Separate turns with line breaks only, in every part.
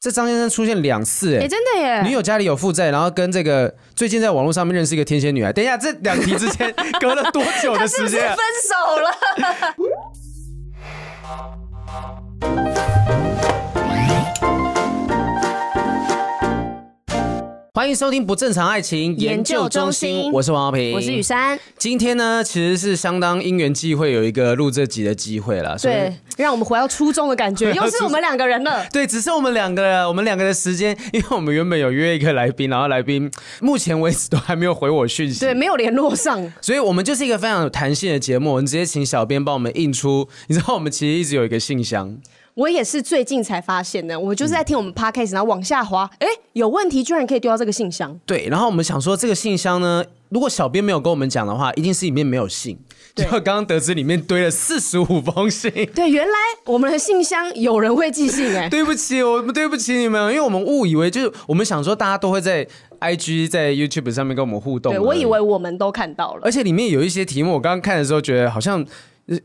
这张先生出现两次，
哎、
哎，
真的耶！
女友家里有负债，然后跟这个最近在网络上面认识一个天蝎女孩。等一下，这两题之间隔了多久的 时间啊？
手了。
欢迎收听不正常爱情研
研
究
究
中
中
心，
心
我是王浩平，
我是雨。珊，
今天呢，其实是相当因缘际会，有一个录这集的机会了。所以
对，让我们回到初中的感 觉，
回到
又
初
是我们两个 人了。
对，只剩我们两个了，我们两个的时间，因为我们原本有约一个来宾，然后来宾目前为止都还没有回我讯息。
对，没有联络上，
所以，我们就是一个非常有弹性的节目。我们直接请小编帮我们印出，你知道，我们其实一直有一个信箱，
我也是最近才发现的。我就是在听我们 podcast，然后往下滑，哎、有问题居然可以丢到这个信箱。
对。然后我们想说，这个信箱呢，如果小编没有跟我们讲的话，一定是里面没有信。结
对
果刚刚得知里面堆了四十五封信。
对，原来我们的信箱有人会寄信 哎、
对不起，我们对不起你们，因为我们误以为就是我们想说大家都会在 IG 在 YouTube 上面跟我们互动而
对，
已。
我以为我们都看到了。
而且里面有一些题目，我刚刚看的时候觉得好像。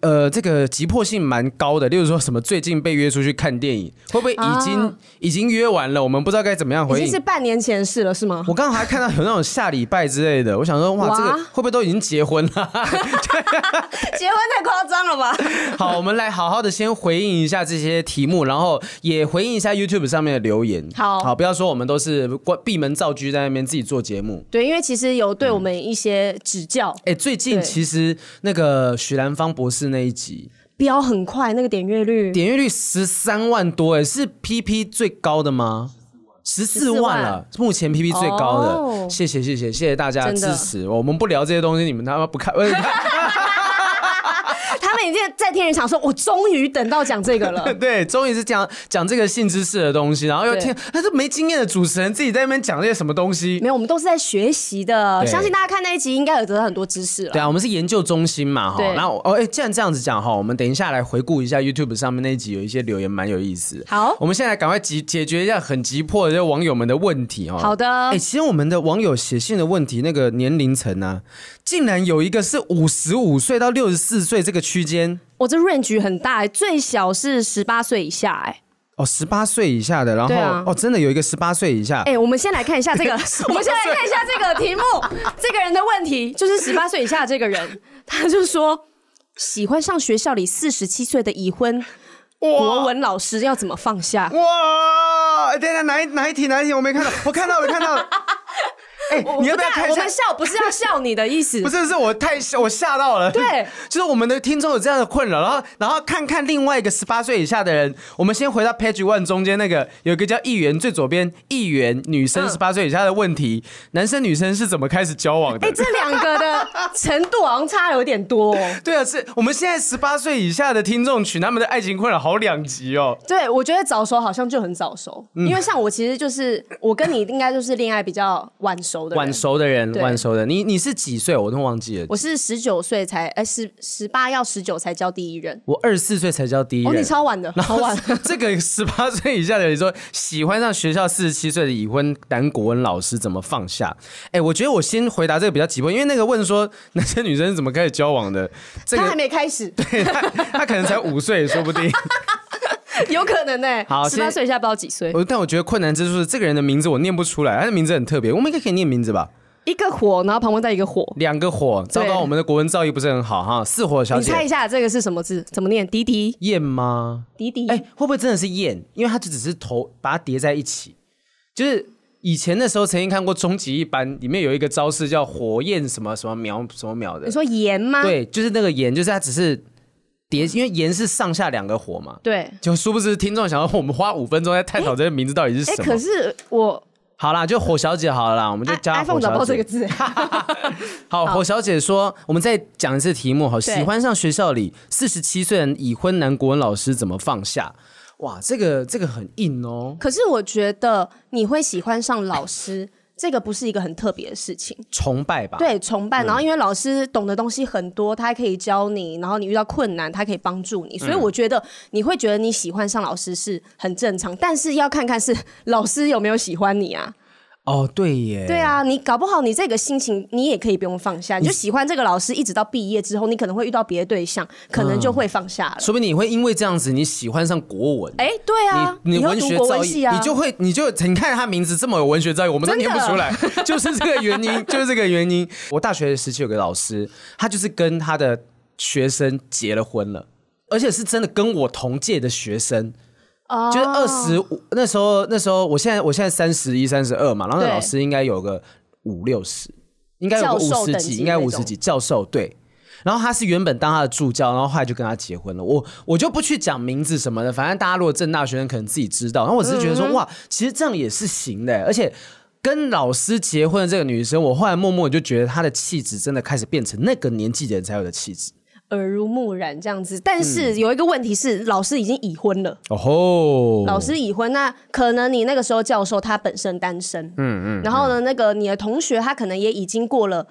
呃，这个急迫性蛮高的，例如说什么最近被约出去看电影，会不会已经、
啊
已经约完了？我们不知道该怎么样
已
回
经
应
是。半年前的事了，是吗？
我刚刚还看到有那种下礼拜之类的，我想说哇，
哇
这个会不会都已经结婚了？
结婚太夸张了吧？
好，我们来好好的先回应一下这些题目，然后也回应一下 YouTube 上面的留言。
好
好，不要说我们都是关闭门造车在那边自己做节目。
对，因为其实有对我们一些指教，
哎、最近
对
其实那个许兰芳博士那一集，
飙很快，那个点阅率
点阅率十三万多、哎，是 PP 最高的吗？十四万了，目前 PP 最高的，
哦
谢谢谢谢谢谢大家的
真
支
的
持。我们不聊这些东西，你们他妈不看， 呃
他们已经在天人想说，我终于等到讲这 个 了。
对，终于是讲讲这个性知识的东西，然后又
对
听，他是没经验的主持人自己在那边讲这些什么东西
没。有，我们都是在学习的。
对
相信大家看那一集，应该有得到很多知识了。
对啊，我们是研究中心嘛，哈。
对
然后哦，哎、既然这样子讲哈，我们等一下来回顾一下 YouTube 上面那一集有一些留言蛮有意思。
好
我们现在赶快急解决一下很急迫的这网友们的问题哦。
好的
哎、其实我们的网友写信的问题，那个年龄层啊，竟然有一个是五十五岁到六十四岁这个区间
我、这 range 很大、欸最小是十八岁以下、哎
哦，十八岁以下的，然后、
对啊
哦，真的有一个十八岁以下。
哎、我们先来看一下这个，我们先来看一下这个题 目，这个人的问题就是十八岁以下的这个人，他就说喜欢上学校里四十七岁的已婚国文老师，要怎么放下？
哇！哎等一下哪一哪一题哪一题我没看到，我看到我看到 了。哎、
我
你要不要
我
看一
我
下
们？笑不是要笑你的意思，
不是，是我太我吓到了。
对，
就是我们的听众有这样的困扰，然后然后看看另外一个十八岁以下的人，我们先回到 page one 中间那个有一个叫议员最左边议员女生
嗯
十八岁以下的问题，男生女生是怎么开始交往的？
哎、这两个的程度好像差有点多、哦。
对啊，是我们现在十八岁以下的听众群，他们的爱情困扰好两极哦。
对，我觉得早熟好像就很早熟，
嗯
因为像我其实就是我跟你应该就是恋爱比较晚熟的人
晚，熟的人，
对
晚熟的你，你是几岁？我都忘记了。
我是十九岁才，哎十十八要十九才交第一任，
我二十四岁才交第一
哦，
任。
你超晚的，
然
好
后
晚，
这个十八岁以下的人说喜欢上学校四十七岁的已婚男国文老师怎么放下？哎，我觉得我先回答这个比较急迫，因为那个问说男生女生是怎么开始交往的，这
他还
个
没开始，
他他可能才五岁，说不 定。
有可能呢、
好
十八
先
岁以下不知道几岁，
我但我觉得困难之处是这个人的名字我念不出来，他的名字很特别，我们应该可以念名字吧？
一个火，然后旁边再一个火，
两个火，糟糕，
对
我们的国文造诣不是很好哈。四火小
你猜一
姐，
下这个是什么字？怎么念？迪迪
燕吗？
迪迪，
哎、会不会真的是燕？因为它就只是头把它叠在一起，就是以前的时候曾经看过《终极一班》，里面有一个招式叫火焰什么什么苗什么苗的
你，说盐吗？
对，就是那个盐，就是它只是叠，
嗯
因为盐是上下两个火嘛。
对，
就殊不知听众想要我们花五分钟在探讨这个名字到底是
哎、
什么。
可是我
好啦，就火小姐好了啦，我们就
i-
叫她
iPhone
火
找不
小
到这
姐
个。字、
好，火小姐说，我们再讲一次题目。好，
对
喜欢上学校里四十七岁的已婚男国文老师怎么放下？哇，这个这个很硬哦。
可是我觉得你会喜欢上老师，这个不是一个很特别的事情。
崇拜吧。，
对，崇
嗯
拜。然后因为老师懂的东西很多，他还可以教你，然后你遇到困难，他可以帮助你。
嗯
所以我觉得你会觉得你喜欢上老师是很正常，但是要看看是老师有没有喜欢你啊。
哦，对嗯耶，
对，啊，你搞不好你这个心情你也可以不用放下，你就喜欢这个老师，一直到毕业之后，你可能会遇到别的对象，可
嗯
能就会放下了。
说不定你会因为这样子，你喜欢上国文。
哎、对啊，
你
以后
文
读
学
国
造
文系
诣，
啊，
你就会，你就你看他名字这么有文学造诣，我们都
真的
念不出来， 就是这个原因，就是这个原因。我大学时期有个老师，他就是跟他的学生结了婚了，而且是真的跟我同届的学生，
哦
就是二十五那时候，那时候我现在我现在三十一、三十二嘛，然后那
对
老师应该有个五六十，应该有个
教授
五十
等
几，
级
应该
那
五
种
十几教授对。然后他是原本当他的助教，然后后来就跟他结婚了。我我就不去讲名字什么的，反正大家如果正大学生可能自己知道。然后我只是觉得
嗯
说，哇，其实这样也是行的，欸而且。跟老师结婚的这个女生，我后来默默就觉得她的气质真的开始变成那个年纪的人才有的气质。
耳濡目染这样子。但是
嗯
有一个问题是，老师已经已婚了。
哦吼，
老师已婚，那可能你那个时候教授他本身单身，嗯嗯，然后呢，那个你的同学他可能也已经过了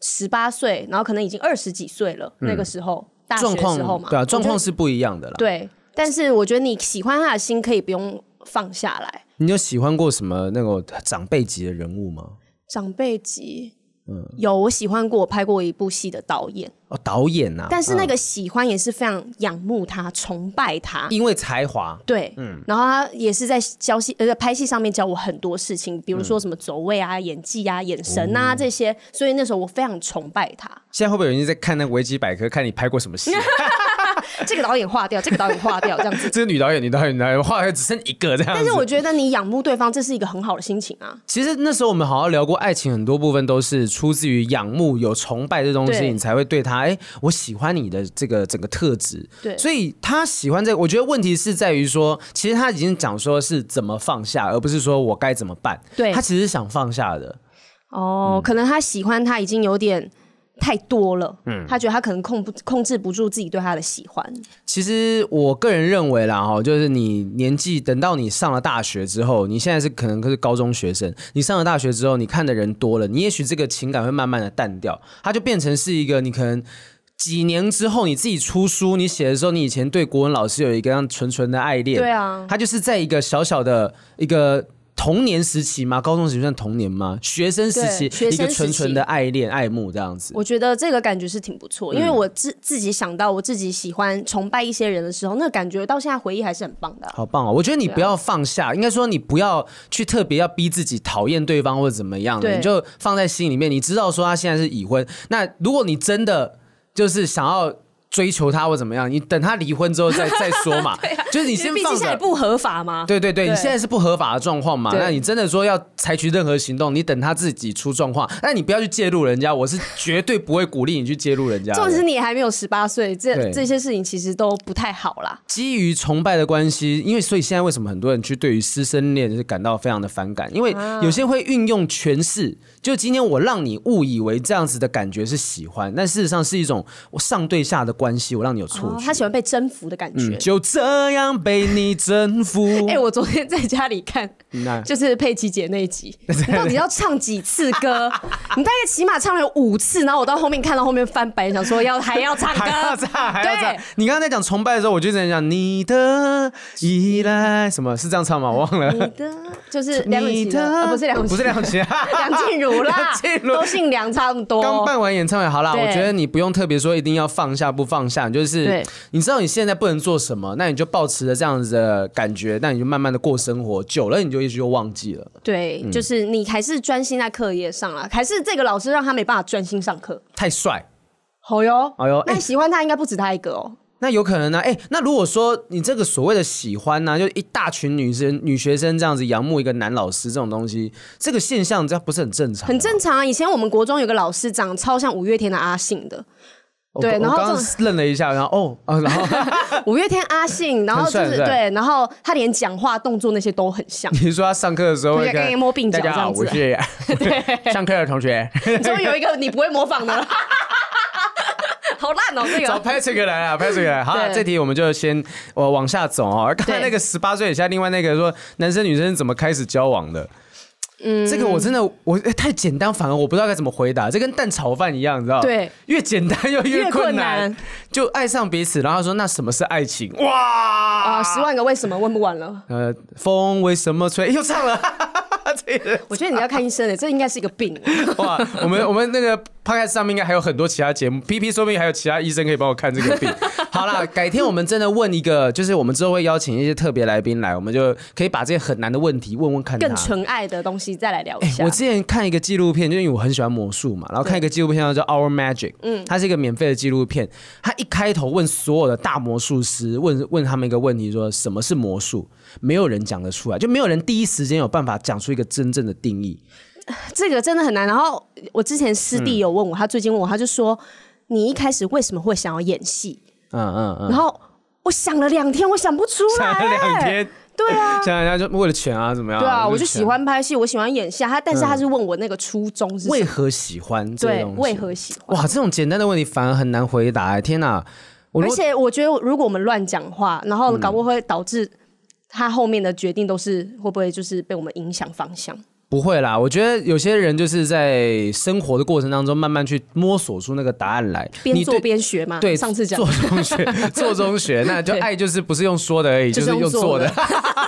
十八岁，然后可能已经二十几岁了，那个时候大学
嗯状
时候
况
嘛，
对啊，
我觉得
状况是不一样的啦。
对，但是我觉得你喜欢他的心可以不用放下来。
你有喜欢过什么那种长辈级的人物吗？
长辈级，
嗯
有我喜欢过，我拍过一部戏的导演，
哦，导演呐、啊，
但是那
嗯、
个喜欢也是非常仰慕他、崇拜他。
因为才华，
对，然后他也是在教戏呃拍戏上面教我很多事情，比如说什么走位啊、演技啊、眼神啊、这些，所以那时候我非常崇拜他。
现在会不会有人在看那个维基百科，看你拍过什么戏？
这个导演划掉，这个导演划掉，这样子。
这个女导演，女导演，女导演，后来只剩一个这样子。
但是我觉得你仰慕对方，这是一个很好的心情啊。
其实那时候我们好好聊过，爱情很多部分都是出自于仰慕、有崇拜这东西，
对
你才会对他，哎，我喜欢你的这个整个特质。
对
所以他喜欢这个，我觉得问题是在于说，其实他已经讲说是怎么放下，而不是说我该怎么办。
对
他其实是想放下的。
哦，可能他喜欢他已经有点太多了，嗯，他觉得他可能控不控制不住自己对他的喜欢，
其实我个人认为啦，哈，就是你年纪等到你上了大学之后，你现在是可能是高中学生，你上了大学之后，你看的人多了，你也许这个情感会慢慢的淡掉，它就变成是一个你可能。几年之后，你自己出书，你写的时候，你以前对国文老师有一个样纯纯的爱恋，
对啊
他就是在一个小小的一个童年时期嘛，高中时期算童年嘛，学生时期一
对学
个
生时
纯纯
期
的爱恋爱慕这样子，
我觉得这个感觉是挺不错，因为我自自己想到我自己喜欢崇拜一些人的时候，那个感觉到现在回忆还是很棒的啊、
好棒哦！我觉得你不要放下，应该说你不要去特别要逼自己讨厌对方或者怎么样的，
对
你就放在心里面。你知道说他现在是已婚，那如果你真的就是想要追求他或怎么样，你等他离婚之后 再再说嘛。就是你
因
先
为毕竟
放
现在也
着。
不合法嘛。
对对对，
对
啊你现在是不合法的状况嘛？
对
那你真的说要采取任何行动，你等他自己出状况，那你不要去介入人家，我是绝对不会鼓励你去介入人家的。
纵使你也还没有十八岁，
对
这这些事情其实都不太好啦。
基于崇拜的关系，因为所以现在为什么很多人去对于师生恋是感到非常的反感？因为
啊
有些人会运用权势，就今天我让你误以为这样子的感觉是喜欢，但事实上是一种我上对下的关系，我让你有错
哦
觉。
他喜欢被征服的感
嗯
觉。
就这样被你征服。
哎、我昨天在家里看，
那
就是佩奇姐那一 集，你到底要唱几次歌？你大概起码唱了有五次，然后我到后面看到后面翻白眼，想说要还要唱歌，
还要唱，还要唱
对。
你刚刚在讲崇拜的时候，我就在讲你的依赖，什么是这样唱吗？我忘了。
你的就是梁咏琪
你的
的，呃不是梁咏琪，
不是梁咏琪
梁静茹 啦，
梁静茹
都姓梁，差不多。
刚办完演唱会，好啦，
对
我觉得你不用特别说一定要放下不放下，就是
对
你知道你现在不能做什么，那你就保持着这样子的感觉，那你就慢慢的过生活，久了你就也许就忘记了。
对，
嗯
就是你还是专心在课业上啦，还是这个老师让他没办法专心上课。
太帅，
好哟，
哎呦哎
那喜欢他应该不止他一个哦。
那有可能呢、哎、那如果说你这个所谓的喜欢啊呢、就一大群女生、女学生这样子仰慕一个男老师这种东西，这个现象这不是很正常吗？
很正常啊。以前我们国中有个老师长得超像五月天的阿信的，
我。
对
我
然后
我刚
这
刚愣了一下，然后哦， 哦然后
五月天阿信，然后就
很帅很
是
帅。
对，然后他连讲话动作那些都很像
你说他上课的时候会
对
跟
跟摸鬓角
大家好，我
这
是 上课的同学，
你终于有一个你不会模仿的了，好烂哦、这
找
个。
Patrick 来啊，Patrick 来。好啊，
对
这题我们就先我往下走哦。刚才
对
那个十八岁以下，另外那个说男生女生怎么开始交往的？嗯，这个我真的我哎太简单，反而我不知道该怎么回答。这跟蛋炒饭一样，你知道？
对，
越简单又
越
困
困难
就爱上彼此。然后他说那什么是爱情？哇
哦啊，十万个为什么问不完了。
呃，风为什么吹？又唱了， 类的。
我觉得你要看医生的，这应该是一个 病。
哇，我 们我们那个 podcast 上面应该还有很多其他节目，P P 说不定还有其他医生可以帮我看这个病。 好啦，改天我们真的问一个，就是我们之后会邀请一些特别来宾来，我们就可以把这些很难的问题问问看他。
更纯爱的东西再来聊一
哎
下。
我之前看一个纪录片，就因为我很喜欢魔术嘛，然后看一个纪录片叫做《Our Magic》，嗯，它是一个免费的纪录片。它一开头问所有的大魔术师，问问他们一个问题，说什么是魔术？没有人讲得出来，就没有人第一时间有办法讲出一个真正的定义。
这个真的很难。然后我之前师
嗯
弟有问我，他最近问我，他就说你一开始为什么会想要演戏？
嗯嗯嗯。
然后我想了两天，我想不出来、欸
想了两天，
对啊。
想了两天就为了钱啊，怎么样？
对啊，我就
钱
喜。欢拍戏，我喜欢演戏啊。他但是他是问我那个初衷是什么
为何喜欢这
对
种？
为？何喜欢？
哇，这种简单的问题反而很难回答、哎，天哪！我如
而
果嗯
且我觉得，如果我们乱讲话，然后搞不好会导致他后面的决定都是会不会就是被我们影响方向？
不会啦，我觉得有些人就是在生活的过程当中，慢慢去摸索出那个答案来。
边
你
做
对
边学嘛。
对，
上次讲
做中 学，做中学，那就
对
爱就是不是用说的而已，就
就
是是
用
用
做
做的。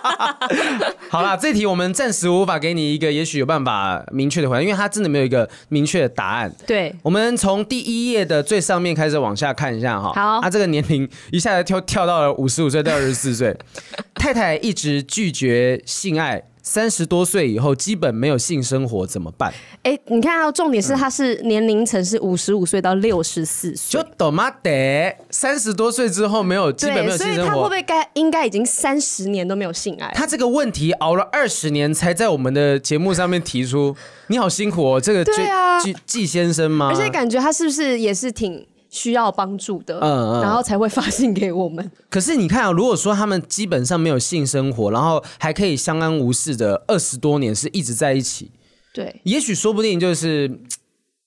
好啦，这题我们暂时无法给你一个，也许有办法明确的回答，因为它真的没有一个明确的答案。
对，
我们从第一页的最上面开始往下看一下哈。
好
他、这个年龄一下子跳跳到了五十五岁到二十四 岁，太太一直拒绝性爱，三十多岁以后基本没有性生活怎么办？
哎、你看啊，重
嗯
点是他是年龄层是五十五岁到六十四岁
就，懂吗？得三十多岁之后没有基本没
对，
有
所
性
以
生
他会不
活。
会该应该已经三十年都没有性爱？
他这个问题熬了二十年才在我们的节目上面提出，你好辛苦哦，这个
对啊
季季季先生吗？
而且感觉他是不是也是挺需要帮助的？
嗯嗯
然后才会发信给我们。
可是你看啊，如果说他们基本上没有性生活，然后还可以相安无事的二十多年是一直在一起，
对，
也许说不定就是嘖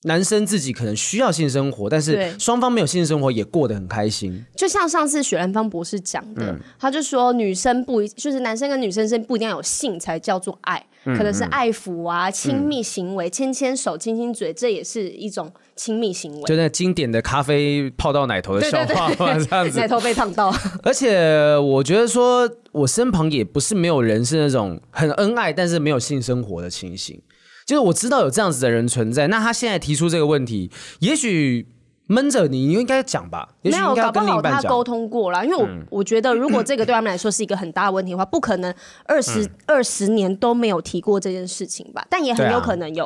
男生自己可能需要性生活，但
对
是双方没有性生活也过得很开心。
就像上次雪兰芳博士讲的，
嗯
他就说女生不一，就是男生跟女生是不一定要有性才叫做爱，
嗯
可能是爱抚啊、亲密行为、牵牵手、亲亲嘴，这也是一种亲密行为。
就那经典的咖啡泡到奶头的
对
笑
对
话嘛，这样
对，
子
奶。头被烫到。
而且我觉得说，我身旁也不是没有人是那种很恩爱但是没有性生活的情形，就是我知道有这样子的人存在。那他现在提出这个问题，也许闷着你，你应该讲吧， 也
没
许应
有，
该
搞
要
不
跟另
好
一半
他沟
讲。
通过啦，因为我、
嗯
我觉得，如果这个对他们来说是一个很大的问题的话，不可能二
嗯
十二十年都没有提过这件事情吧？但也很
对啊
有可能有，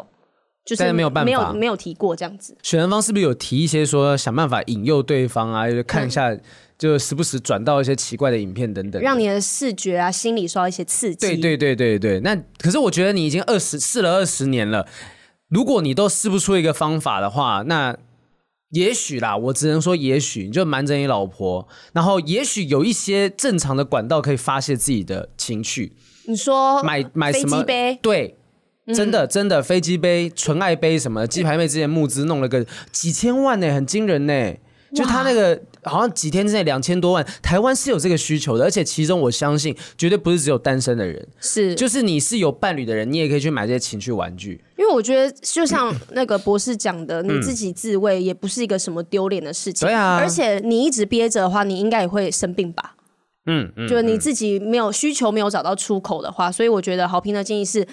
就是
但是没有办法
没有没有提过这样子。
许兰芳是不是有提一些说想办法引诱对方啊，就是看一下，就时不时转到一些奇怪的影片等等的。
让你的视觉啊、心理受到一些刺激。
对对对对对，那可是我觉得你已经二十试了二十年了，如果你都试不出一个方法的话，那也许啦，我只能说也许你就瞒着你老婆，然后也许有一些正常的管道可以发泄自己的情绪，
你说
买买
飞
什么
机杯，嗯
对。真的，真的，飞机杯、纯爱杯什么的，鸡排妹之前募资弄了个几千万呢、很惊人呢、就他那个好像几天之内两千多万，台湾是有这个需求的，而且其中我相信绝对不是只有单身的人，
是
就是你是有伴侣的人，你也可以去买这些情趣玩具。
因为我觉得，就像那个博士讲的，你自己自慰也不是一个什么丢脸的事情。
对啊
而且你一直憋着的话，你应该也会生病吧？
嗯嗯，
就是你自己没有需求，没有找到出口的话，所以我觉得好评的建议是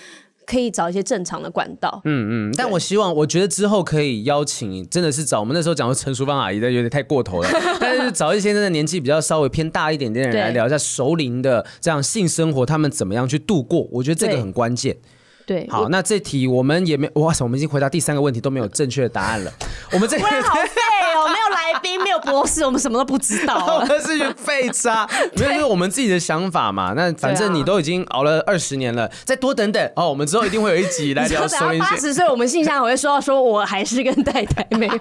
可以找一些正常的管道。
嗯嗯。但我希望，我觉得之后可以邀请，真的是找我们那时候讲说陈淑芳阿姨的有点太过 头了，但是找一些真的年纪比较稍微偏大一点点的人来
对
聊一下熟龄的这样性生活，他们怎么样去度过？我觉得这个
对
很关键。
对，
好，那这题我们也没，哇塞，我们已经回答第三个问题都没有正确的答 案了。我们这个
不然好废哦，没有来宾，没有博士，我们什么都不知道
我
了。
们是去废渣，没有，就是我们自己的想法嘛。那反正你都已经熬了二十年了，再多等等哦。我们之后一定会有一集 来
你说
聊
等
熟
到
龄
八
线。
十岁，我们信箱我会说，说我还是跟太太没有，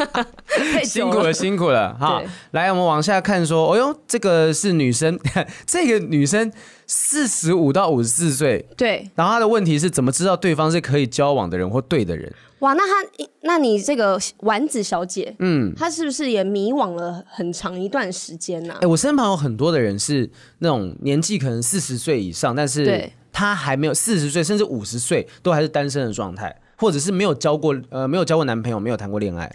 太
辛
久
苦 了，辛苦了哈
对！
来，我们往下看，说，哦呦，这个是女生， 这个女生四十五到五十四岁，
对，
然后她的问题是怎么知道对方是可以交往的人或对的人？
哇，那他，那你这个丸子小姐，嗯，她是不是也迷惘了很长一段时间啊呢、
哎、我身旁有很多的人是那种年纪可能四十岁以上，但是
对
他还没有四十岁，甚至五十岁都还是单身的状态，或者是没有交过呃没有交过男朋友，没有谈过恋爱，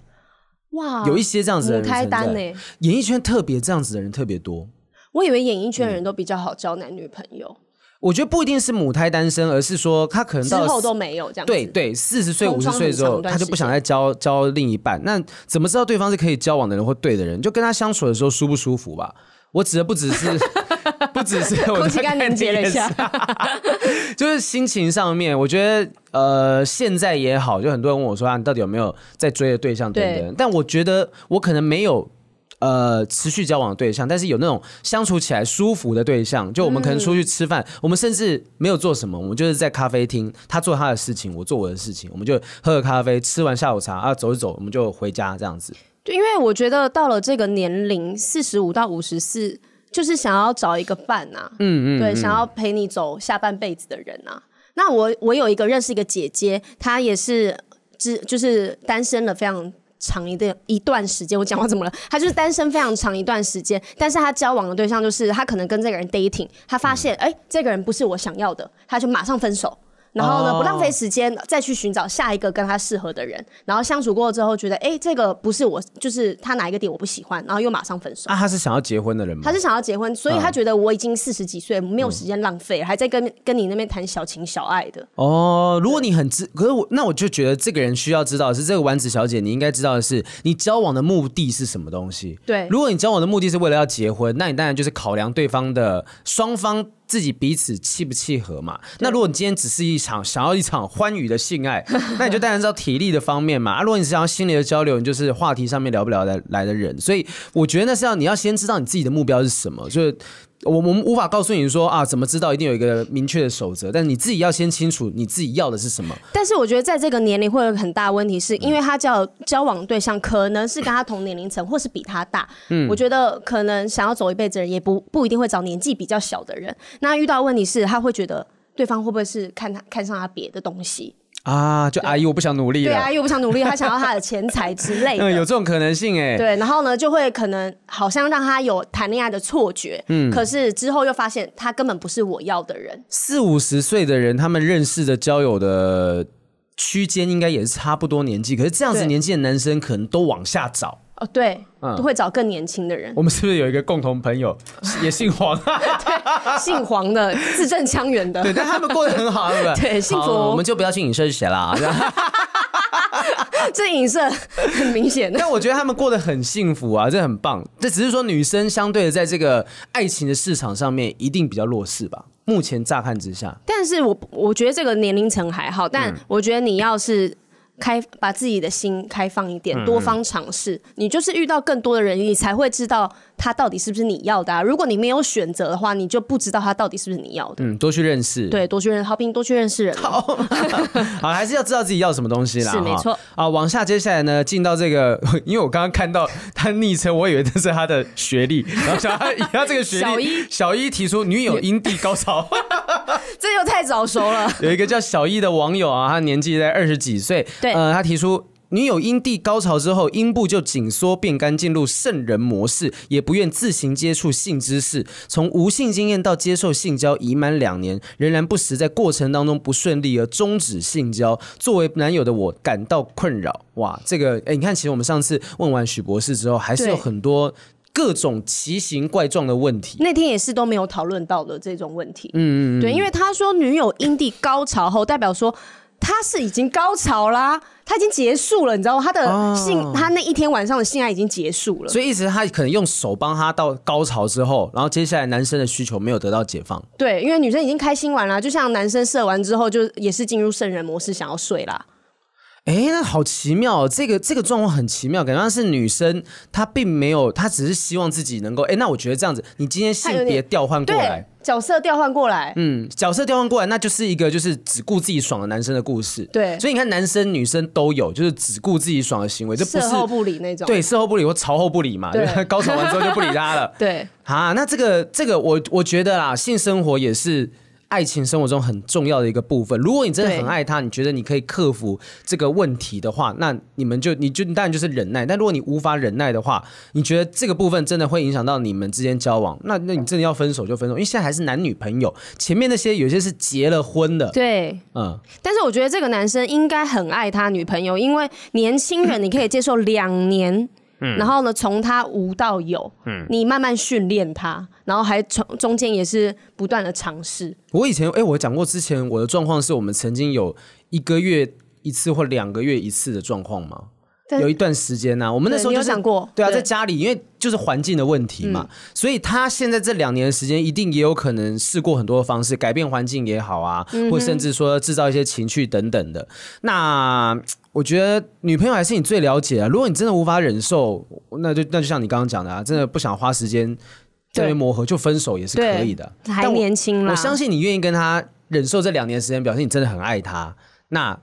哇，
有一些这样子的
母
人
胎
存在
单欸呢。
演艺圈特别这样子的人特别多。
我以为演艺圈的人都比较好交男女朋友，
我觉得不一定是母胎单身，而是说他可能
之
嗯到
后都没有这样子。
对对，四十岁、
空
五十
窗
岁
很
之
长
后，
一段
他就
时
不想再交交另一半。那怎么知道对方是可以交往的人或对的人？就跟他相处的时候舒不舒服吧。我指的不只是， 不只是我
空气
在
干
看啊
凝
你
结了一
脸
下
色， 就是心情上面，我觉得呃，现在也好，就很多人问我说啊，你到底有没有在追的对象等
对
等？但我觉得我可能没有。呃，持续交往的对象，但是有那种相处起来舒服的对象，就我们可能出去吃饭，我们甚至没有做什么，我们就是在咖啡厅，他做他的事情，我做我的事情，我们就喝个咖啡，吃完下午茶啊，走一走，我们就回家这样子。
对，因为我觉得到了这个年龄，四十五到五十四，就是想要找一个伴啊，嗯嗯，对，想要陪你走下半辈子的人啊。那我我有一个认识一个姐姐，她也是只就是单身了非常长一段一段时间。我讲话怎么了？她就是单身非常长一段时间，但是她交往的对象就是她可能跟这个人 dating，她发现哎、诶这个人不是我想要的，她就马上分手。然后呢，
哦
不浪费哎时间再去寻找下一个跟他适合的人，然后相处过之后觉得，哎、这个不是我，就是他哪一个点我不喜欢，然后又马上分手。
啊，他是想要结婚的人吗
他？是想要结婚，所以他觉得我已经四十几岁，没有时间浪费了，还在跟跟你那边谈小情小爱的。
哦，如果你很知，可是我那我就觉得这个人需要知道的是，这个丸子小姐，你应该知道的是，你交往的目的是什么东西。
对
如果你交往的目的是为了要结婚，那你当然就是考量对方的双方自己彼此契不契合嘛。那如果你今天只是一场想要一场欢愉的性爱，那你就当然知道体力的方面嘛。啊，如果你是想要心理的交流，你就是话题上面聊不聊得来的人。所以我觉得那是要你要先知道你自己的目标是什么，就是。我我们无法告诉你说啊，怎么知道一定有一个明确的守则，但你自己要先清楚你自己要的是什么。
但是我觉得在这个年龄会有一个很大的问题是，因为他交交往对象可能是跟他同年龄层，或是比他大。我觉得可能想要走一辈子的人，也不不一定会找年纪比较小的人。那遇到的问题是，他会觉得对方会不会是看他看上他别的东西？
啊，就阿姨，我不想努力
对
了。
啊，又不想努力，他想要他的钱财之 类
嗯，有
的。
这种可能性哎、
对，然后呢，就会可能好像让他有谈恋爱的错觉，嗯，可是之后又发现他根本不是我要的人，
四五十岁的人，他们认识的交友的区间应该也是差不多年纪，可是这样子
对
年纪的男生可能都往下找。
哦，对，
嗯
都会找更年轻的人，
我们是不是有一个共同朋友也姓黄？
姓黄的，字正腔圆的，
对，但他们过得很好，对不对？
对幸福
好我们就不要去影射是谁啦。
这影射很明显。
但我觉得他们过得很幸福啊，这很棒。这只是说女生相对的在这个爱情的市场上面一定比较弱势吧。目前乍看之下，
但是我我觉得这个年龄层还好，但我觉得你要是开把自己的心开放一点，多方尝试，你就是遇到更多的人，你才会知道他到底是不是你要的、啊。如果你没有选择的话，你就不知道他到底是不是你要的。
嗯，多去认识，哦
对，多去认好评，多去认识人啊。
好，还是要知道自己要什么东西啦。
是
哈
没错。
啊，往下接下来呢，进到这个， 因为我刚刚看到他昵称，我以为这是他的学历，然后想他 以他这个学历，
小一
小一提出女友因地高潮。
这就太早熟了。
有一个叫小易的网友啊，他年纪在二十几岁，
对
呃，他提出。女友阴蒂高潮之后，阴部就紧缩变干，进入圣人模式，也不愿自行接触性知识。从无性经验到接受性交已满两年，仍然不时在过程当中不顺利而终止性交。作为男友的我感到困扰。哇，这个哎，你看，其实我们上次问完许博士之后，还是
对
有很多各种奇形怪状的问题。
那天也是都没有讨论到的这种问题。嗯嗯对，因为他说女友阴蒂高潮后，代表说他是已经高潮啦，他已经结束了，你知道吗？他的性，他那一天晚上的性爱已经结束了。
所以意思是他可能用手帮他到高潮之后，然后接下来男生的需求没有得到解放。
对，因为女生已经开心完了，就像男生射完之后，就也是进入圣人模式，想要睡啦。
哎，那好奇妙、哦，这个这个状况很奇妙，感觉像是女生她并没有，她只是希望自己能够。哎，那我觉得这样子，你今天性
她有
别
点
调换过
对
来，，
角色调换过来。
嗯，角色调换过来，那就是一个就是只顾自己爽的男生的故事。
对
所以你看，男生女生都有，就是只顾自己爽的行为，这不
事
是
后不理那种，
对事后不理或朝后不理嘛，就
对
是 高潮完之后就不理他了。
对，
啊，那这个这个我我觉得啦，性生活也是爱情生活中很重要的一个部分。如果你真的
对
很爱他，你觉得你可以克服这个问题的话，那你们就你就当然就是忍耐。但如果你无法忍耐的话，你觉得这个部分真的会影响到你们之间交往，那那你真的要分手就分手，因为现在还是男女朋友。前面那些有些是结了婚的，
对，
嗯，
但是我觉得这个男生应该很爱他女朋友，因为年轻人你可以接受两年
嗯
然后呢，从他无到有，你慢慢训练他，然后还从中间也是不断的尝试。
我以前哎、我讲过，之前我的状况是我们曾经有一个月一次或两个月一次的状况嘛。
但
有一段时间呐、啊我们那
对
时候
你
就
有
是
讲过
对啊，
对嗯
在家里，因为就是环境的问题嘛，所以他现在这两年的时间，一定也有可能试过很多的方式，改变环境也好啊，
嗯
或甚至说制造一些情趣等等的。那我觉得女朋友还是你最了解啊。如果你真的无法忍受，那就那就像你刚刚讲的啊，真的不想花时间在那边磨合，就分手也是可以的。啊
还
但我
年轻啦
我相信你愿意跟他忍受这两年的时间，表示你真的很爱他。那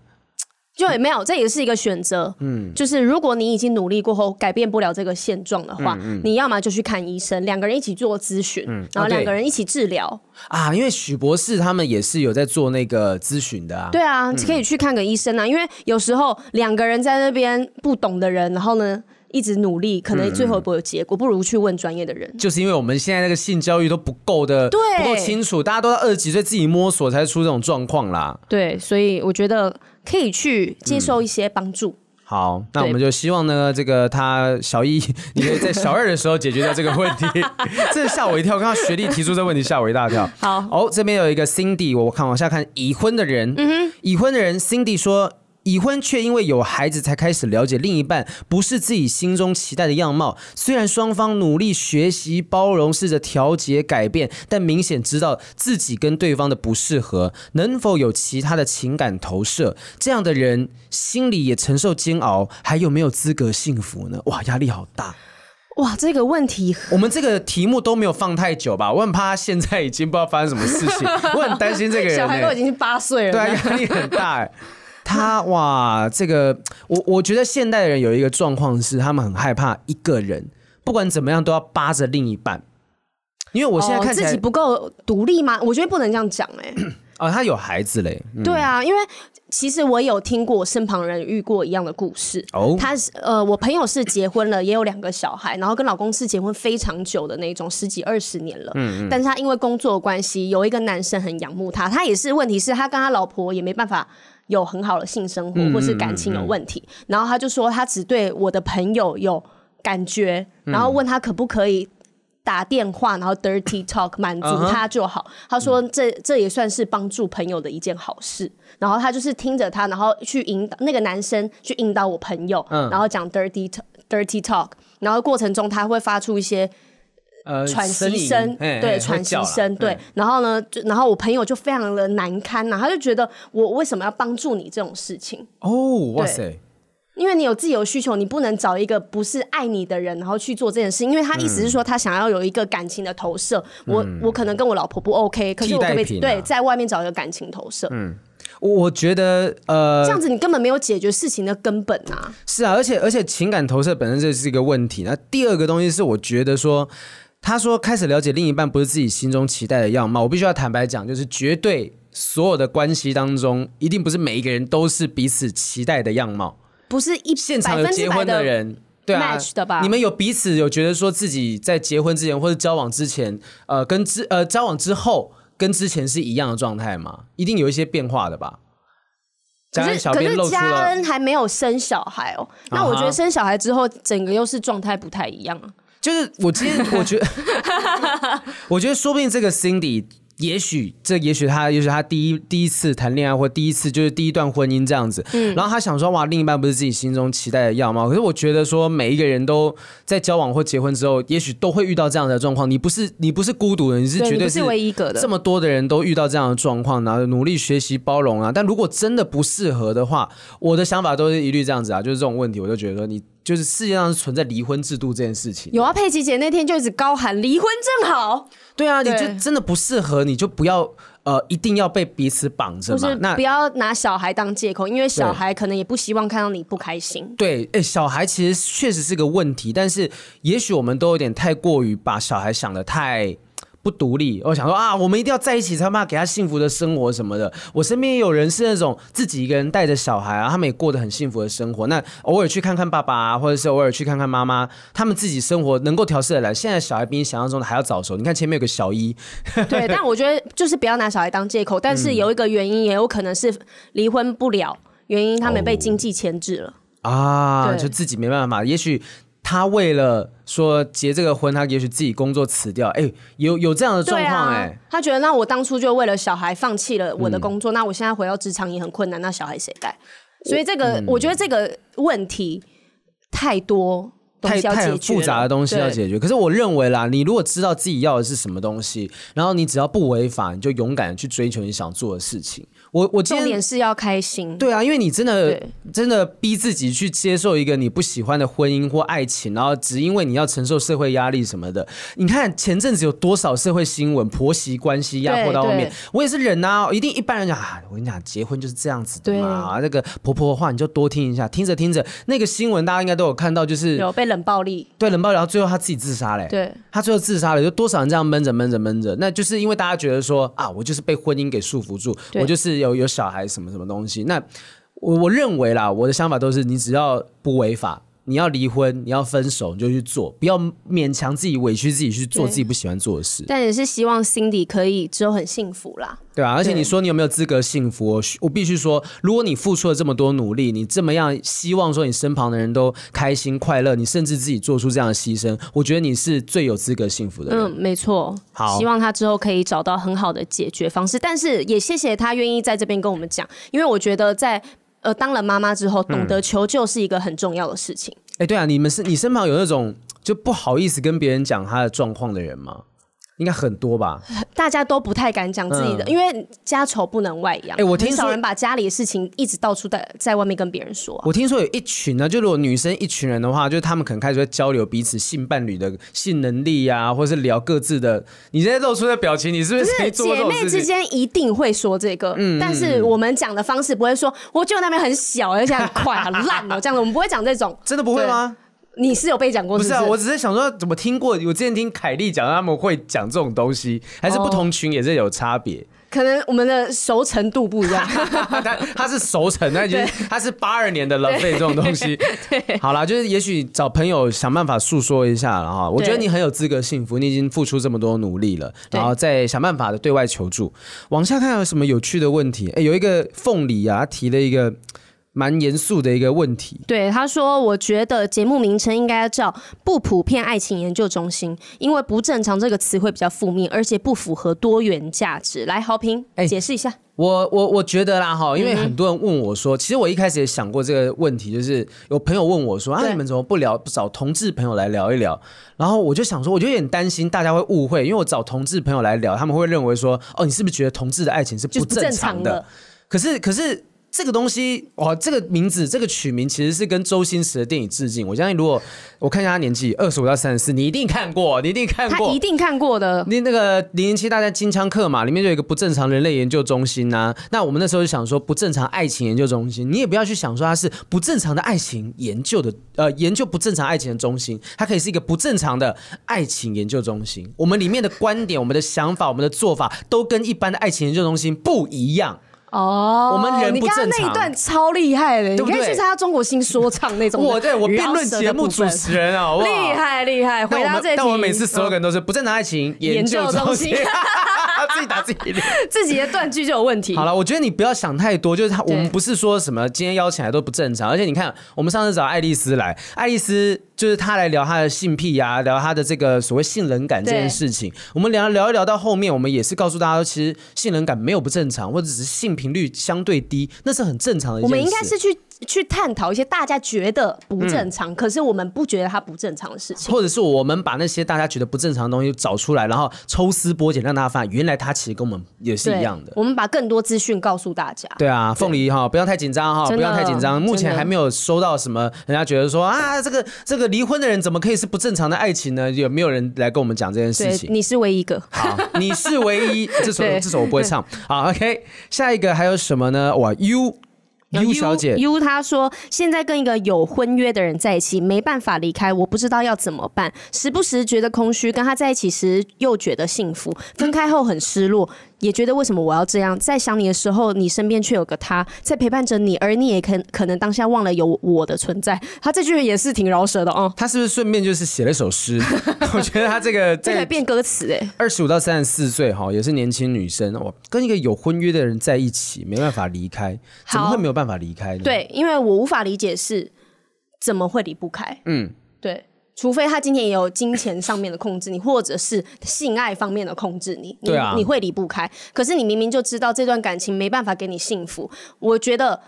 就也没有，这也是一个选择。嗯，就是如果你已经努力过后改变不了这个现状的话，你要么就去看医生，两个人一起做咨询，然
嗯
后
啊对
两个人一起治疗。
啊，因为许博士他们也是有在做那个咨询的啊。
对啊，可以去看个医生啊，因为有时候两个人在那边不懂的人，然后呢一直努力，
嗯
可能最后也不会有结果，不如去问专业的人。啊
就是因为我们现在那个性教育都不够的，
对
不够清楚，大家都到二十几岁自己摸索才出这种状况啦。
对，所以我觉得可以去接受
嗯
一些帮助。
好，那
对
我们就希望呢，这个他小一，你可以在小二的时候解决掉这个问 题，这吓我一跳，刚刚学历提出这个问题吓我一大跳。
好，
哦，这边有一个 Cindy，我看往下看，已婚的人，嗯哼，已婚的人，Cindy 说。已婚却因为有孩子才开始了解另一半不是自己心中期待的样貌。虽然双方努力学习包容，试着调节改变，但明显知道自己跟对方的不适合。能否有其他的情感投射？这样的人心里也承受煎熬，还有没有资格幸福呢？哇，压力好大。
哇，这个问题
我们这个题目都没有放太久吧？我很怕他现在已经不知道发生什么事 情，我很担心这个人、欸。
小孩都已经八岁了，
对啊，压力很大、欸。他哇，这个我我觉得现代人有一个状况是，他们很害怕一个人，不管怎么样都要扒着另一半。因为我现在看起
哦、
来
自己，不够独立吗？我觉得不能这样讲哎、
哦，他有孩子嘞，嗯
对啊，因为其实我有听过我身旁人遇过一样的故事。
哦
她是呃，我朋友是结婚了，也有两个小孩，然后跟老公是结婚非常久的那种，十几二十年了。嗯但是她因为工作的关系，有一个男生很仰慕她，她也是，问题是她跟她老婆也没办法。有很好的性生活，或是感情有问题，然后她就说她只对我的朋友有感觉，
嗯
然后问他可不可以打电话，然后 dirty talk 满足他就
嗯
好。他说这这也算是帮助朋友的一件好事。然后他就是听着他，然后去引导那个男生去引导我朋友，
嗯
然后讲 dirty t- dirty talk，然后过程中他会发出一些
呃，
喘息
呻吟
声，
嘿嘿
对，
会
喘息
叫啦
声，对
嗯。
然后呢，就然后我朋友就非常的难堪呐、他就觉得我为什么要帮助你这种事情？
哦，哇
对
塞，
因为你有自由需求，你不能找一个不是爱你的人，然后去做这件事。因为他意思是说，他想要有一个感情的投射。我我可能跟我老婆不 OK，可是我可不可以
嗯替代品啊嗯
对在外面找一个感情投射？
我我觉得呃
这，样子你根本没有解决事情的根本啊！
是啊，而且而且情感投射本身这是一个问题。那第二个东西是，我觉得说，他说开始了解另一半不是自己心中期待的样貌，我必须要坦白讲，就是绝对所有的关系当中，一定不是每一个人都是彼此期待的样貌。
不是一
现
百
场有
分之
结
百
婚
的
的。人。对啊
match 的吧
你们有彼此有觉得说自己在结婚之前或者交往之前，呃，跟之呃交往之后跟之前是一样的状态吗？一定有一些变化的吧？
可
嘉恩
是
小
可
编
是
露出
嘉
了，
恩还没有生小孩
啊
哦，那
哈
我觉得生小孩之后，整个又是状态不太一样啊。
就是我今天我觉得， 我觉得说不定这个 Cindy，也许这也许他也许他第一第一次谈恋爱或第一次就是第一段婚姻这样子，
嗯
然后他想说哇，另一半不是自己心中期待的样貌，可是我觉得说每一个人都在交往或结婚之后，也许都会遇到这样的状况，你不是你不是孤独的，你是
对
绝
你不
对
是唯一一个的
这么多的人都遇到这样的状况，然后努力学习包容啊。但如果真的不适合的话，我的想法都是一律这样子啊，就是这种问题，我就觉得说你就是世界上是存在离婚制度这件事情。
有啊，佩奇姐那天就一直高喊离婚正好，
对啊，你
对
就真的不适合，你就不要呃，一定要被彼此绑着
就
嘛
是。
那
不要拿小孩当借口，因为小孩可能也不希望看到你不开心。
对，哎、小孩其实确实是个问题，但是也许我们都有点太过于把小孩想的太。不独立，我想说啊，我们一定要在一起才嘛，给他幸福的生活什么的。我身边也有人是那种自己一个人带着小孩啊，他们也过得很幸福的生活。那偶尔去看看爸爸、啊，或者是偶尔去看看妈妈，他们自己生活能够调试得来。现在小孩比你想象中的还要早熟。你看前面有个小一，
对，但我觉得就是不要拿小孩当借口，但是有一个原因也有可能是离
哦
婚不了，原因他们被经济牵制了。
啊，
对
就自己没办法，也许。他为了说结这个婚，他也许自己工作辞掉，哎、有有这样的状
对
况、
啊
哎、，嗯
他觉得那我当初就为了小孩放弃了我的工作，那我现在回到职场也很困难，那小孩谁带？所以这个，
嗯
我觉得这个问题太多东
太
西要解决
太
了，
复杂的东西要
对
解决。可是我认为啦，你如果知道自己要的是什么东西，然后你只要不违法，你就勇敢的去追求你想做的事情。我我今
重
天
点是要开心。
对啊，因为你真的
嗯对
真的逼自己去接受一个你不喜欢的婚姻或爱情，然后只因为你要承受社会压力什么的。你看前阵子有多少社会新闻，婆媳关系压迫到后
对
面
对，
我也是人呐、一定一般人讲啊，我跟你讲，结婚就是这样子的嘛。啊那个婆婆的话你就多听一下，听着听着，那个新闻大家应该都有看到，就是
有被冷暴力，
对冷暴力，然后最后他自己自杀嘞、
对，
他最后自杀了，就多少人这样闷着闷着闷着，那就是因为大家觉得说啊，我就是被婚姻给束缚住，
对
我就是有有小孩什么什么东西。那我我认为啦，我的想法都是，你只要不违法，你要离婚，你要分手，你就去做，不要勉强自己、委屈自己去做
对
自己不喜欢做的事，
但也是希望 Cindy 可以之后很幸福啦。
对啊吧、而且你说你有没有资格幸福？我我必须说，如果你付出了这么多努力，你这么样希望说你身旁的人都开心快乐，你甚至自己做出这样的牺牲，我觉得你是最有资格幸福的人。
嗯，没错。
好
希望他之后可以找到很好的解决方式。但是也谢谢他愿意在这边跟我们讲，因为我觉得在呃当了妈妈之后，懂
嗯
得求救是一个很重要的事情。
哎、对啊，你们是你身旁有那种就不好意思跟别人讲他的状况的人吗？应该很多 吧？
大家都不太敢讲自己的，
嗯
因为家丑不能外扬。
哎我听
很少
说
人把家里的事情一直到处在在外面跟别人说啊、
我听说有一群呢，就如果女生一群人的话，就是他们可能开始会交流彼此性伴侣的 性能力呀、啊，或是聊各自的。你现在露出的表情，你是不是没做过这
姐
种
妹
事
之
情？嗯
间一定会说这个，但是我们讲的方式不会说，我就那边很小，而且很快，很烂哦，这样子我们不会讲这种。
真的不会吗？
你是有被讲过
不
是
是
不
啊，
是？
我只是想说，怎么听过？我之前听凯莉讲，他们会讲这种东西，还是不同群也是有差别。
可能我们的熟成度不一 样。
他他是熟成，那已经他是八二年的浪费这种东西。 好啦，就是也许找朋友想办法诉说一下了哈。我觉得你很有资格幸福，你已经付出这么多努力了，
对
然后再想办法的对外求助。往下看有什么有趣的问题？哎，有一个凤梨啊，他提了一个蛮严肃的一个问题。
对，他说：“我觉得节目名称应该要叫‘不普遍爱情研究中心’，因为‘不正常’这个词汇比较负面，而且不符合多元价值。”来，豪平、
哎
解释一下。
我我我觉得啦哈，因
嗯
为很多人问我说，其实我一开始也想过这个问题，就是有朋友问我说啊，
对
你们怎么不聊不找同志朋友来聊一聊？然后我就想说，我就有点担心大家会误会，因为我找同志朋友来聊，他们会认为说，哦，你是不是觉得同志的爱情是
就是
不
不
正
正常
常
的
的？可是可是。这个东西哇，这个名字这个取名其实是跟周星驰的电影致敬。我相信，如果我看一下他年纪，二十五到三十四，你一定看过，你一定看
他
过，
一定看过的。
那那个零零七大战金枪客嘛，里面就有一个不正常人类研究中心呐、那我们那时候就想说，不正常爱情研究中心，你也不要去想说它是不正常的爱情研究的，呃，研究不正常爱情的中心，它可以是一个不正常的爱情研究中心。我们里面的观点、我们的想法、我们的做法，都跟一般的爱情研究中心不一样。
哦，
我们人
你
不
刚
正
刚那
常
一段超厉害的，
对不
你可以
对
去参加中国新说唱那种 的。
我对我辩论
饶舌的
节目
部
主
分
持人啊，好不好
厉害厉害，
但
回
我
答
们
这题。
但我们每次
嗯
slogan 都是不正常爱情
研
研
究
究
中
中
心
心， 自己打自己脸。
自己的断句就有问题。
好了，我觉得你不要想太多，就是他，我
对
们不是说什么今天邀请来都不正常，而且你看，我们上次找爱丽丝来，爱丽丝就是她来聊她的性癖啊，聊她的这个所谓性冷感这
对
件事情。我们聊聊一聊到后面，我们也是告诉大家说，其实性冷感没有不正常，或者只是性频率相对低，那是很正常的一
我
件事。嗯
们应该是去去探讨一些大家觉得不正常，可是我们不觉得它不正常的事情。
或者是我们把那些大家觉得不正常的东西找出来，然后抽丝剥茧，让大家发现原来它其实跟我们也是
对
一样的。
我们把更多资讯告诉大家。
对啊，凤梨哈，不要太紧张哈，
真的
不要太紧张。目
真
前
的
还没有收到什么人家觉得说啊，这个这个离婚的人怎么可以是不正常的爱情呢？有没有人来跟我们讲这件事
对，
情？
你是唯一一个。
好，你是唯一，这首
对
这首我不会唱。好，OK，下一个还有什么呢？哇，U U 小姐
哦 U 她说现在跟一个有婚约的人在一起，没办法离开，我不知道要怎么办，时不时觉得空虚，跟他在一起时又觉得幸福，分开后很失落，也觉得为什么我要这样？在想你的时候，你身边却有个他在陪伴着你，而你也可可能当下忘了有我的存在。他这句也是挺饶舌的哦，
她是不是顺便就是写了一首 诗？我觉得她这个
这个
在
变歌词哎、
二十五到三十四岁哈，也是年轻女生，哇，跟一个有婚约的人在一起，没办法离开，怎么
好
会没有办法离开呢？
对，因为我无法理解是怎么会离不开。嗯，对，除非他今天也有金钱上面的控制你，或者是性爱方面的控制你，你
对啊
你会离不开。可是你明明就知道这段感情没办法给你幸福，我觉得。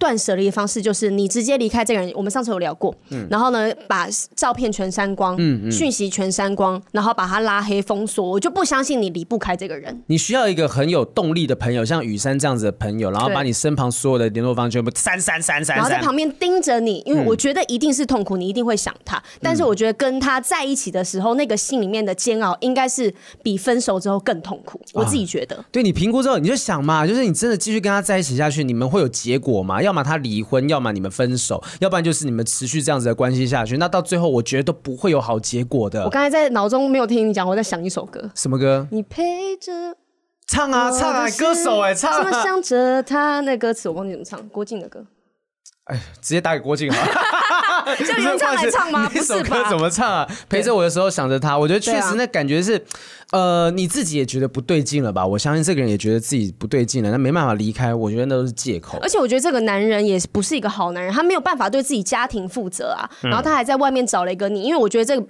断舍离的方式就是你直接离开这个人，我们上次有聊过，
嗯
然后呢，把照片全删光，讯息全删光，然后把他拉黑封锁，我就不相信你离不开这个人。
你需要一个很有动力的朋友，像雨山这样子的朋友，然后
对
把你身旁所有的联络方全部删删删删
然后在
删。
旁边盯着你，因为我觉得一定是痛苦，你一定会想他。但是我觉得跟他在一起的时候，那个心里面的煎熬，应该是比分手之后更痛苦。我自己觉得，
对你评估之后，你就想嘛，就是你真的继续跟他在一起下去，你们会有结果吗？要么他离婚，要么你们分手，要不然就是你们持续这样子的关系下去。那到最后，我觉得都不会有好结果
我
的。
刚才在脑中没有听你讲，我在想一首歌。
什么歌？
你陪着
唱啊唱
我
啊，
的心
歌手哎、唱
怎么
啊！
想着他？那歌词我忘记怎么唱，郭靖的歌。
哎，直接打给郭靖 好了。
就原唱来唱吗？不
那首
是
歌
吧
怎？么唱啊？陪着我的时候想着他，我觉得确
对啊
实那感觉是，呃，你自己也觉得不对劲了吧？我相信这个人也觉得自己不对劲了，那没办法离开，我觉得那都是借口
而。且我觉得这个男人也不是一个好男人，他没有办法对自己家庭负责啊。然后他还在外面找了一个你，因为我觉得这个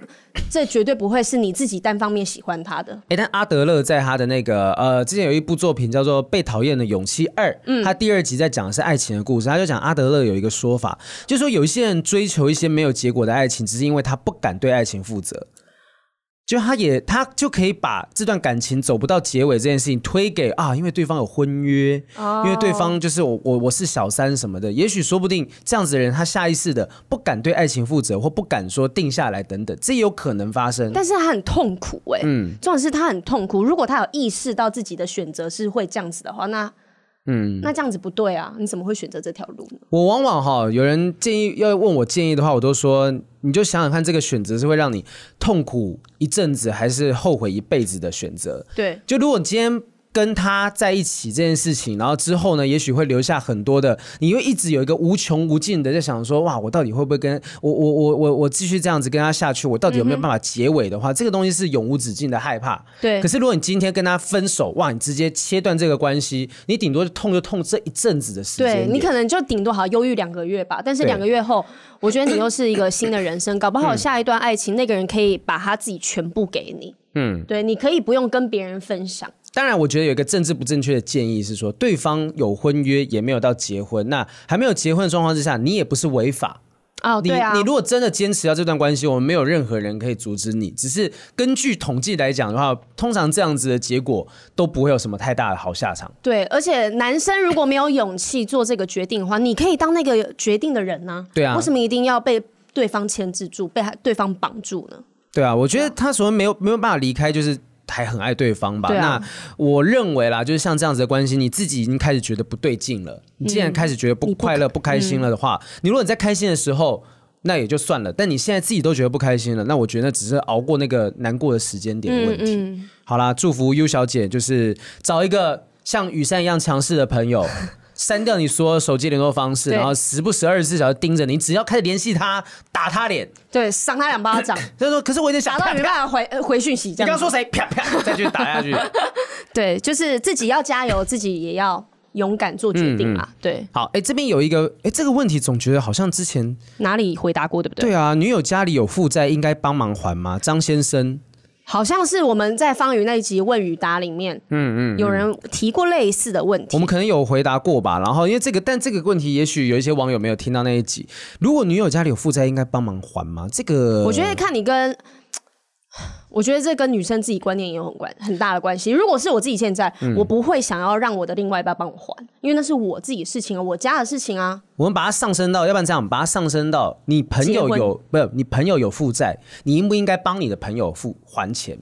这绝对不会是你自己单方面喜欢他的。
哎，但阿德勒在他的那个呃，之前有一部作品叫做《被讨厌的勇气二》，他第二集在讲的是爱情的故事，他就讲阿德勒有一个说法，就是说有一些人追求一些没有结果的爱情，只是因为他不敢对爱情负责。就他也他就可以把这段感情走不到结尾这件事情推给啊，因为对方有婚约，因为对方就是我我我是小三什么的，也许说不定这样子的人他下意识的不敢对爱情负责，或不敢说定下来等等，这也有可能发生。
但是他很痛苦哎、
嗯
重点是他很痛苦。如果他有意识到自己的选择是会这样子的话，那嗯，那这样子不对啊！你怎么会选择这条路呢？
我往往哈，有人建议要问我建议的话，我都说你就想想看，这个选择是会让你痛苦一阵子，还是后悔一辈子的选择？
对，
就如果你今天跟他在一起这件事情，然后之后呢，也许会留下很多的，你会一直有一个无穷无尽的在想说，哇，我到底会不会跟我我我我我继续这样子跟他下去，我到底有没有
嗯
办法结尾的话，这个东西是永无止境的害怕。
对
可是如果你今天跟他分手，哇，你直接切断这个关系，你顶多就痛就痛这一阵子的时间
对
点。
你可能就顶多好像忧郁两个月吧，但是
对嗯
两个月后，我觉得你又是一个新的人生，搞不好下一段爱情那个人可以把他自己全部给你。嗯，对，你可以不用跟别人分享。
当然，我觉得有一个政治不正确的建议是说，对方有婚约也没有到结婚，那还没有结婚的状况之下，你也不是违法。
哦，
你、
对啊，
你如果真的坚持要这段关系，我们没有任何人可以阻止你。只是根据统计来讲的话，通常这样子的结果都不会有什么太大的好下场。
对，而且男生如果没有勇气做这个决定的话，你可以当那个决定的人呢、
对啊
为什么一定要被对方牵制住，被他对方绑住呢？
对啊，我觉得他所谓没有没有办法离开，就是还很爱对方吧。
对啊
那我认为啦，就是像这样子的关系，你自己已经开始觉得不对劲
嗯
了，你既然开始觉得不快乐、不开心了的话，你如果你在开心的时候。那也就算了，但你现在自己都觉得不开心了，那我觉得只是熬过那个难过的时间点的问题。
嗯
好啦，祝福 U 小姐，就是找一个像雨山一样强势的朋友， 删掉你所有手机联络方式，
对
然后时不时二十四小时盯着你，只要开始联系他，打他脸。
对，赏他两巴掌，
他说：“可是我有点想
打
啪
到你没办法回呃回讯息这
你刚
样子。
说谁？啪啪，再去打下 去。
对，就是自己要加油，自己也要勇敢做决定啦。对，
好，哎、这边有一个，哎、这个问题总觉得好像之前
哪里回答过对不对？
对啊，女友家里有负债，应该帮忙还吗？张先生，
好像是我们在方宇那一集问与答里面，嗯嗯，有人提过类似的问题。
我们可能有回答过吧。然后因为这个，但这个问题也许有一些网友没有听到那一集。如果女友家里有负债，应该帮忙还吗？这个
我觉得看你跟，我觉得这跟女生自己观念也有很关很大的关系。如果是我自己现在，
嗯
我不会想要让我的另外一半帮我还，因为那是我自己的事情啊，我家的事情啊。
我们把它上升到，要不然这样，把它上升到你朋友有不是你朋友有负债，你应不应该帮你的朋友付还钱？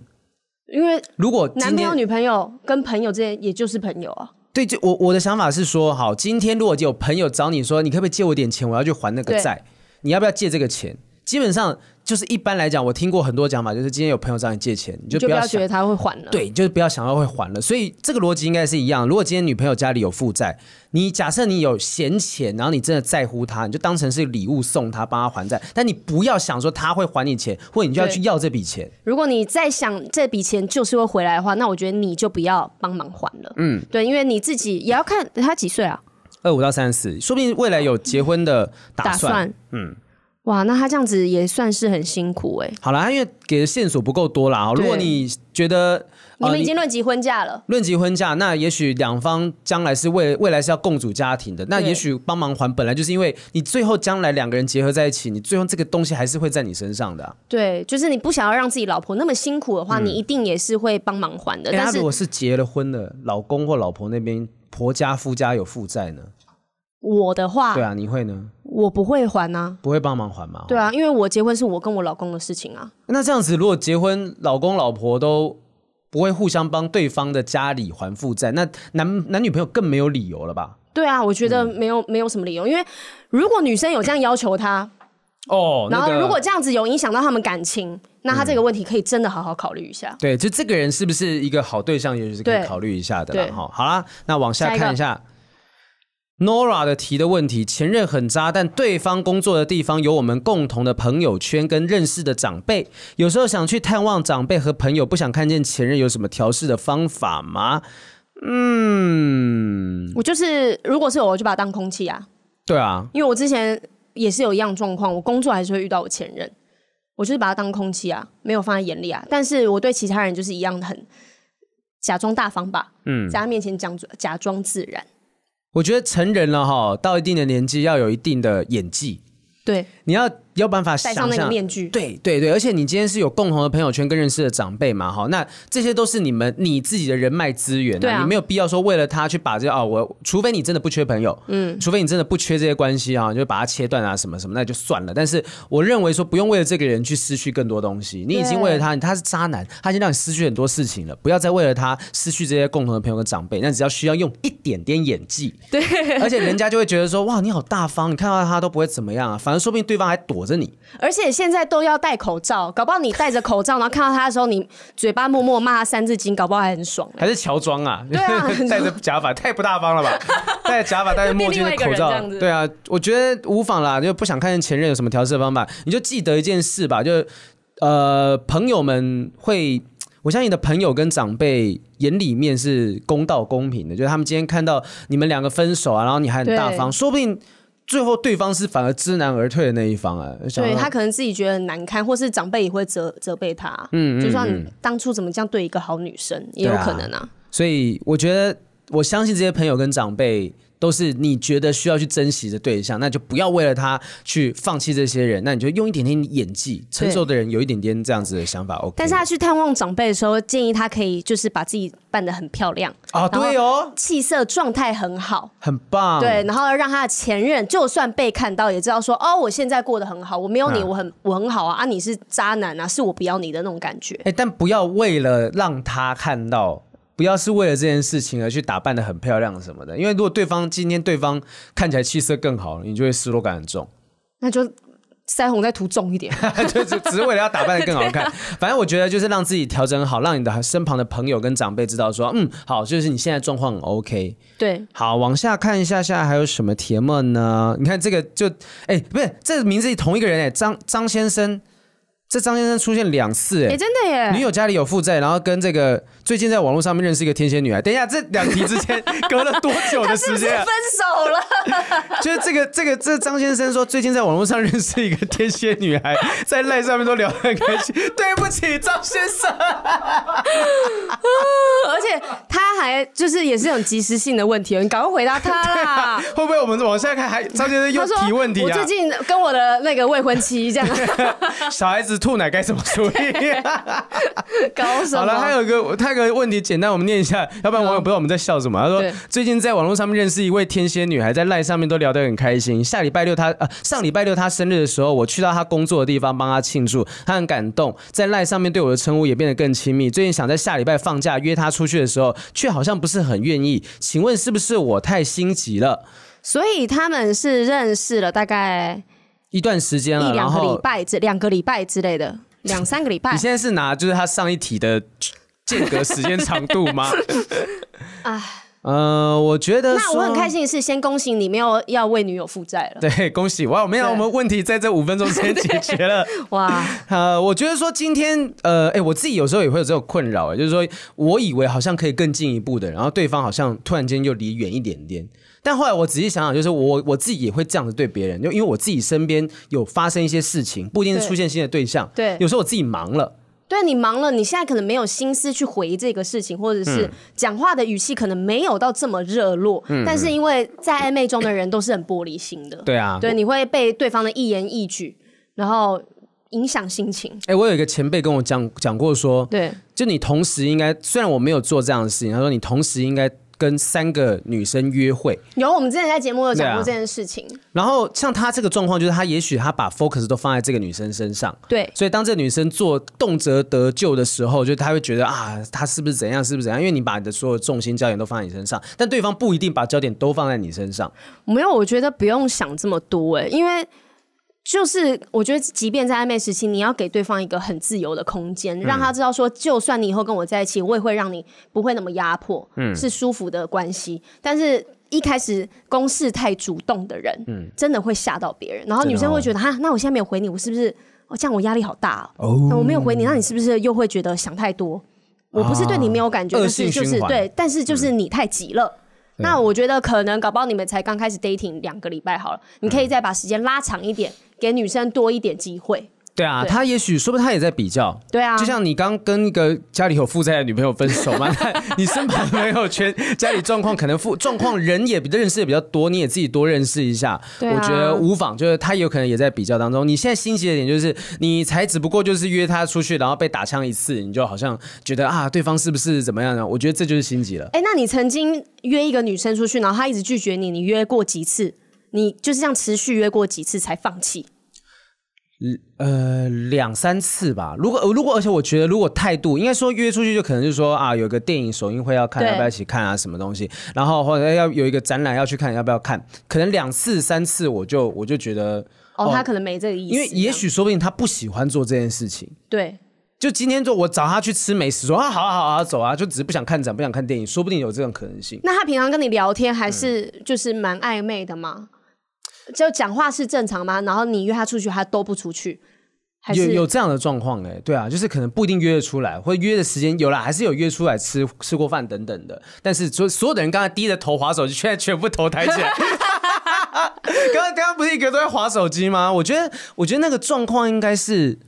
因为
如果今
男朋
天
友、女朋友跟朋友之间也就是朋友啊，
对，就我我的想法是说，好，今天如果有朋友找你说，你可不可以借我点钱，我要去还那个
对
债，你要不要借这个钱？基本上就是一般来讲，我听过很多讲法，就是今天有朋友找你借钱，你
你
就
就
不
不
要
要
想
觉得他会还了。，
对，就是不要想要会还了。所以这个逻辑应该是一样。如果今天女朋友家里有负债，你假设你有闲钱，然后你真的在乎她，你就当成是礼物送她，帮她还债。但你不要想说她会还你钱，或者你就要
对
去要这笔钱。
如果你再想这笔钱就是会回来的话，那我觉得你就不要帮忙还了。嗯，对，因为你自己也要看他几岁啊，
二五到三十四，说不定未来有结婚的打
打
算。
算。嗯，哇，那他这样子也算是很辛苦哎、
好啦，他因为给的线索不够多啦。哦如果
对
你觉得
你
呃
们已经论及婚嫁了，
论及婚嫁，那也许两方将来是未未来是要共组家庭的，那
对
也许帮忙还本来就是因为你最后将来两个人结合在一起，你最后这个东西还是会在你身上的啊、
对，就是你不想要让自己老婆那么辛苦的话，
嗯
你一定也是会帮忙还的。
哎
呃但
那
是
如果是结了婚的，老公或老婆那边婆家夫家有负债呢？
我的话，
对啊，哦你会呢？
我不会还啊。
不会帮忙还吗？
对啊，因为我结婚是我跟我老公的事情啊。
那这样子，如果结婚，老公老婆都不会互相帮对方的家里还负债，那男男女朋友更没有理由了吧？
对啊，我觉
嗯
得没有、没有什么理由，因为如果女生有这样要求他，
哦，
然后
那个嗯
如果这样子有影响到他们感情，那他这个问题可以真的好好考虑一下。
对，就这个人是不是一个好对象，也是可以
对
考虑一下的啦
对。
哈，好啦，那往下
下一个
看一下。Nora 的提的问题，前任很渣，但对方工作的地方有我们共同的朋友圈跟认识的长辈，有时候想去探望长辈和朋友，不想看见前任，有什么调试的方法吗？嗯，
我就是如果是我，我就把他当空气啊，
对啊，
因为我之前也是有一样状况，我工作还是会遇到我前任，我就是把他当空气啊，没有放在眼里啊。但是我对其他人就是一样的很假装大方吧，
嗯
在他面前讲假装自然，
我觉得成人了哈，到一定的年纪要有一定的演技，
对，
你要要办法想
戴上那个
象
面具，
对对对，而且你今天是有共同的朋友圈跟认识的长辈嘛，哈，那这些都是你们你自己的人脉资源、
对啊
你没有必要说为了他去把这哦，我除非你真的不缺朋友，嗯，除非你真的不缺这些关系啊，你就把它切断啊，什么什么，那就算了。但是我认为说不用为了这个人去失去更多东西，你已经为了他，他是渣男，他已经让你失去很多事情了，不要再为了他失去这些共同的朋友跟长辈，那只要需要用一点点演技，对，而且人家就会觉得说哇，你好大方，你看到他都不会怎么样啊，反而说不定对方还躲着你。
而且现在都要戴口罩，搞不好你戴着口罩，然后看到他的时候，你嘴巴默默骂他三字经，搞不好还很爽、欸。
还是乔装啊？
对 啊
戴着假发太不大方了 吧？戴着假发，戴着墨镜、
会
戴
变另外一
着
个人
口
这
罩
样，子
对啊，我觉得无妨啦，就不想看见前任有什么调试的方法，你就记得一件事吧，就呃，朋友们会。我相信你的朋友跟长辈眼里面是公道公平的，就是他们今天看到你们两个分手啊，然后你还很大方，
对
说不定最后对方是反而知难而退的那一方啊。想
对
说
他可能自己觉得很难堪，或是长辈也会责责备他，嗯，就说你当初怎么这样对一个好女生，也有可能啊。
所以我觉得，我相信这些朋友跟长辈都是你觉得需要去珍惜的对象，那就不要为了他去放弃这些人，那你就用一点点演技，成熟的人有一点点这样子的想法，OK。
但是他去探望长辈的时候，建议他可以就是把自己扮得很漂亮，
啊，
然后
对哦，
气色状态很好，
很棒，
对，，然后让他的前任就算被看到，也知道说哦，我现在过得很好，我没有你，
嗯
我很我很好啊，啊，你是渣男啊，是我不要你的那种感觉。
哎，但不要为了让他看到。不要是为了这件事情而去打扮的很漂亮什么的，因为如果对方今天对方看起来气色更好，你就会失落感很重。
那就腮红再涂重一点。
就是只是为了要打扮的更好看。反正我觉得就是让自己调整好，让你的身旁的朋友跟长辈知道说，嗯，好，就是你现在状况很 OK。
对，
好，往下看一下，下还有什么题目呢？你看这个就，哎、不是这名字同一个人哎、张张先生，这张先生出现两次哎、
哎、真的
女
耶，
友家里有负债，然后跟这个最近在网络上面认识一个天蝎女孩。等一下，这两题之间 隔了多久的时间、啊？
手了。
就是这个这个这张先生说，最近在网络上认识一个天蝎女孩，在赖上面都聊得很开心。对不起，张先生，
而且他还就是也是有及时性的问题，你赶快回答他啦。
会不会我们往下看还张先生 又
啊他说
提问题
我
啊
最？近跟我的那个未婚妻这样
小孩子吐奶该怎么处理？
搞什么？
好了，还有一个他有个问题简单，我们念一下，要不然网友不知道我们在笑什么。他说
对
最近在网络上面认识一位天蝎女孩，在赖上面都聊得很开心。下礼拜六她呃上礼拜六她生日的时候，我去到她工作的地方帮她庆祝，她很感动，在赖上面对我的称呼也变得更亲密。最近想在下礼拜放假约她出去的时候，却好像不是很愿意。请问是不是我太心急了？
所以他们是认识了大概
一段时间
一
了，嗯然
两个礼
后
拜之两个礼拜之类的，两三个礼拜
你现在是拿就是她上一题的间隔时间长度吗？
唉，
呃，我觉得
那我很
说
开。心的是，先恭喜你没有要为女友负债了。
对，恭喜！哇，没有，
对
我们问题在这五分钟之间解决 了。
哇，
呃，我觉得说今天，呃，哎、我自己有时候也会有这种困扰，哎，就是说我以为好像可以更进一步的，然后对方好像突然间又离远一点点。但后来我仔细想想，就是我我自己也会这样子对别人，就因为我自己身边有发生一些事情，不一定是
对
出现新的对象，
对
有时候我自己忙了，
对你忙了，你现在可能没有心思去回这个事情，或者
嗯
是讲话的语气可能没有到这么热络。但是因为在暧昧中的人都是很玻璃心的，
对啊，
对，你会被对方的一言一举，然后影响心情。
哎、我有一个前辈跟我讲讲过说，
对，
就你同时应该，虽然我没有做这样的事情，他说你同时应该跟三个女生约会。
有我们之前在节目有讲过
对啊
这件事情，
然后像他这个状况，就是他也许他把 focus 都放在这个女生身上，
对
所以当这个女生做动辄得咎的时候，就他会觉得啊，她是不是怎样，是不是怎样？因为你把你的所有重心焦点都放在你身上，但对方不一定把焦点都放在你身上。
没有，我觉得不用想这么多哎、因为就是我觉得，即便在暧昧时期，你要给对方一个很自由的空间，让他知道说，就算你以后跟我在一起，我也会让你不会那么压迫，是舒服的关系。但是一开始攻势太主动的人，真的会吓到别人，然后
真的
女生
哦
会觉得哈，那我现在没有回你，我是不是？哦，这样我压力好大哦！那我没有回你，那你是不是又会觉得想太多？我不是对你没有感觉，
啊
但是
恶性
就是
循环嗯
对，但是就是你太急了。那我觉得可能搞不好你们才刚开始 dating 两个礼拜好了，你
嗯
可以再把时间拉长一点，给女生多一点机会。
对啊，
对
他也许说不定他也在比较。
对啊，
就像你刚跟一个家里有负债的女朋友分手 嘛，那你身旁的朋友圈家里状况可能负状况人也比认识也比较多，你也自己多认识一下，
对啊
我觉得无妨。就是他有可能也在比较当中。你现在新奇的点就是，你才只不过就是约他出去，然后被打枪一次，你就好像觉得啊，对方是不是怎么样呢？我觉得这就是心急了。
哎、那你曾经约一个女生出去，然后她一直拒绝你，你约过几次？你就是这样持续约过几次才放弃？
呃，两三次吧。如果呃如果，而且我觉得，如果态度应该说约出去，就可能是说啊，有个电影首映会要看，
对
要不要一起看啊，什么东西，然后或者要有一个展览要去看，要不要看？可能两次、三次，我就我就觉得，
哦，她可能没这个意思，
因为也许说不定他不喜欢做这件事情。
这样对。
就今天就我找他去吃美食，说啊好啊好啊走啊，就只是不想看展，不想看电影，说不定有这种可能性。
那她平常跟你聊天还是
嗯
就是蛮暧昧的吗？就讲话是正常吗？然后你约她出去，她都不出去，还
有
是
有这样的状况哎、对啊，就是可能不一定约得出来，或者约的时间有啦，还是有约出来吃吃过饭等等的。但是所所有的人刚才低着头划手机，现在全部头抬 起来。刚刚刚刚不是一个都在划手机吗？我觉得我觉得那个状况应该是。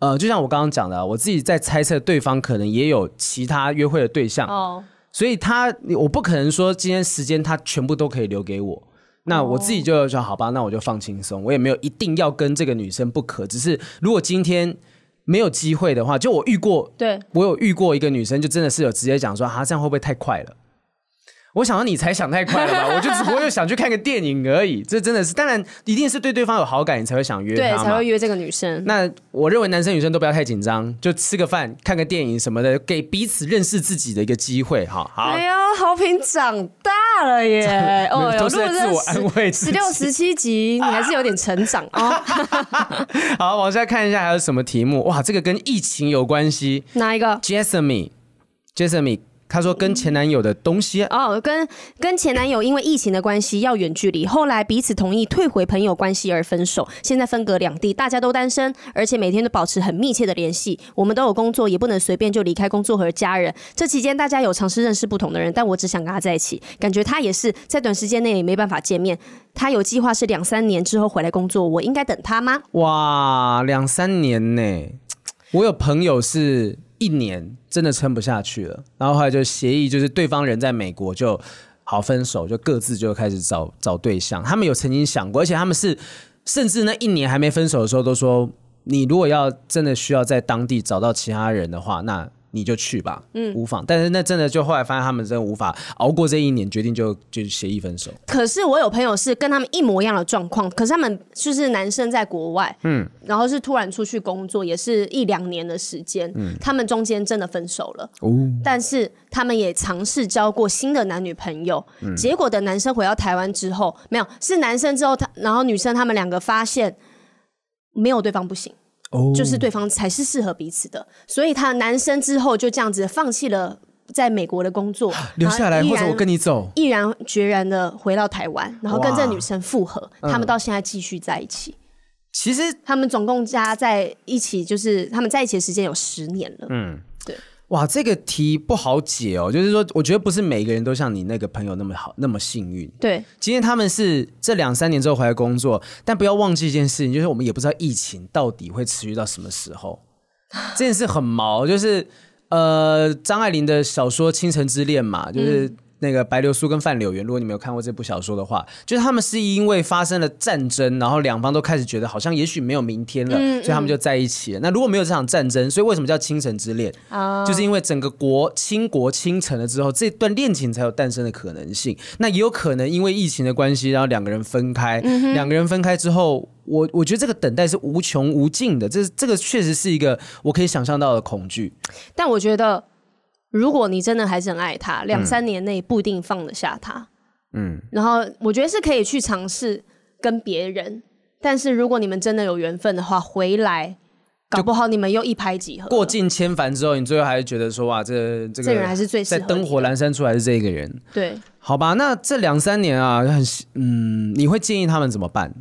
呃，就像我刚刚讲的啊，我自己在猜测对方可能也有其他约会的对象，
哦？
所以他我不可能说今天时间他全部都可以留给我。那我自己
哦
就说好吧，那我就放轻松，我也没有一定要跟这个女生不可。只是如果今天没有机会的话，就我遇过，
对，
我有遇过一个女生，就真的是有直接讲说，啊，这样会不会太快了？我想到你才想太快了吧，我就只不过就想去看个电影而已。这真的是，当然一定是对对方有好感，你才会想约
对，
她嘛
才会约这个女生。
那我认为男生女生都不要太紧张，就吃个饭、看个电影什么的，给彼此认识自己的一个机会。哈，好
哎，呦，好评长大了耶！哦
都是在自我安慰自
十
己
六、十七集，你还是有点成长哦。
好，往下看一下还有什么题目？哇，这个跟疫情有关系。
哪一个？
Jasmine，Jasmine，她说跟前男友的东西。
哦，跟跟前男友因为疫情的关系要远距离，后来彼此同意退回朋友关系而分手，现在分隔两地，大家都单身，而且每天都保持很密切的联系。我们都有工作，也不能随便就离开工作和家人。这期间大家有尝试认识不同的人，但我只想跟他在一起，感觉他也是在短时间内也没办法见面。他有计划是两三年之后回来工作，我应该等他吗？
哇，两三年呢，我有朋友是一年真的撑不下去了，然后后来就协议，就是对方人在美国就好分手，就各自就开始找找对象。他们有曾经想过，而且他们是甚至那一年还没分手的时候都说，你如果要真的需要在当地找到其他人的话，那。你就去吧，嗯，无妨。但是那真的就后来发现他们真的无法熬过这一年，决定就就协议分手。
可是我有朋友是跟他们一模一样的状况，可是他们就是男生在国外，嗯，然后是突然出去工作，也是一两年的时间，
嗯
他们中间真的分手了，
哦
但是他们也尝试交过新的男女朋友，
嗯
结果等男生回到台湾之后，没有是男生之后他，然后女生他们两个发现没有对方不行。
哦
就是对方才是适合彼此的，所以他男生之后就这样子放弃了在美国的工作，
留下来，
然后
或
毅然
者我跟你走。
毅然决然的回到台湾，然后跟这
哇
女生复合，
嗯
他们到现在继续在一起。
其实，
他们总共加在一起，就是他们在一起的时间有十年了。
嗯，
对，
哇，这个题不好解哦。就是说，我觉得不是每个人都像你那个朋友那么好，那么幸运。
对，
今天他们是这两三年之后回来工作，但不要忘记一件事情，就是我们也不知道疫情到底会持续到什么时候。这件事很毛，就是呃，张爱玲的小说《倾城之恋》嘛，就是那个白流苏跟范柳原。如果你没有看过这部小说的话，就是他们是因为发生了战争，然后两方都开始觉得好像也许没有明天了，所以他们就在一起了。那如果没有这场战争，所以为什么叫倾城之恋？就是因为整个国倾国倾城了之后，这段恋情才有诞生的可能性。那也有可能因为疫情的关系，然后两个人分开。
嗯
两个人分开之后，我我觉得这个等待是无穷无尽的。这这个确实是一个我可以想象到的恐惧。
但我觉得，如果你真的还是很爱他，两三年内不一定放得下他。
嗯，
然后我觉得是可以去尝试跟别人，但是如果你们真的有缘分的话，回来搞不好你们又一拍即合了。
过尽千帆之后，你最后还是觉得说哇，这这个
这人还是最适
在
合你的
灯火阑珊处还是这个人。
对，
好吧，那这两三年啊，很嗯，你会建议他们怎么办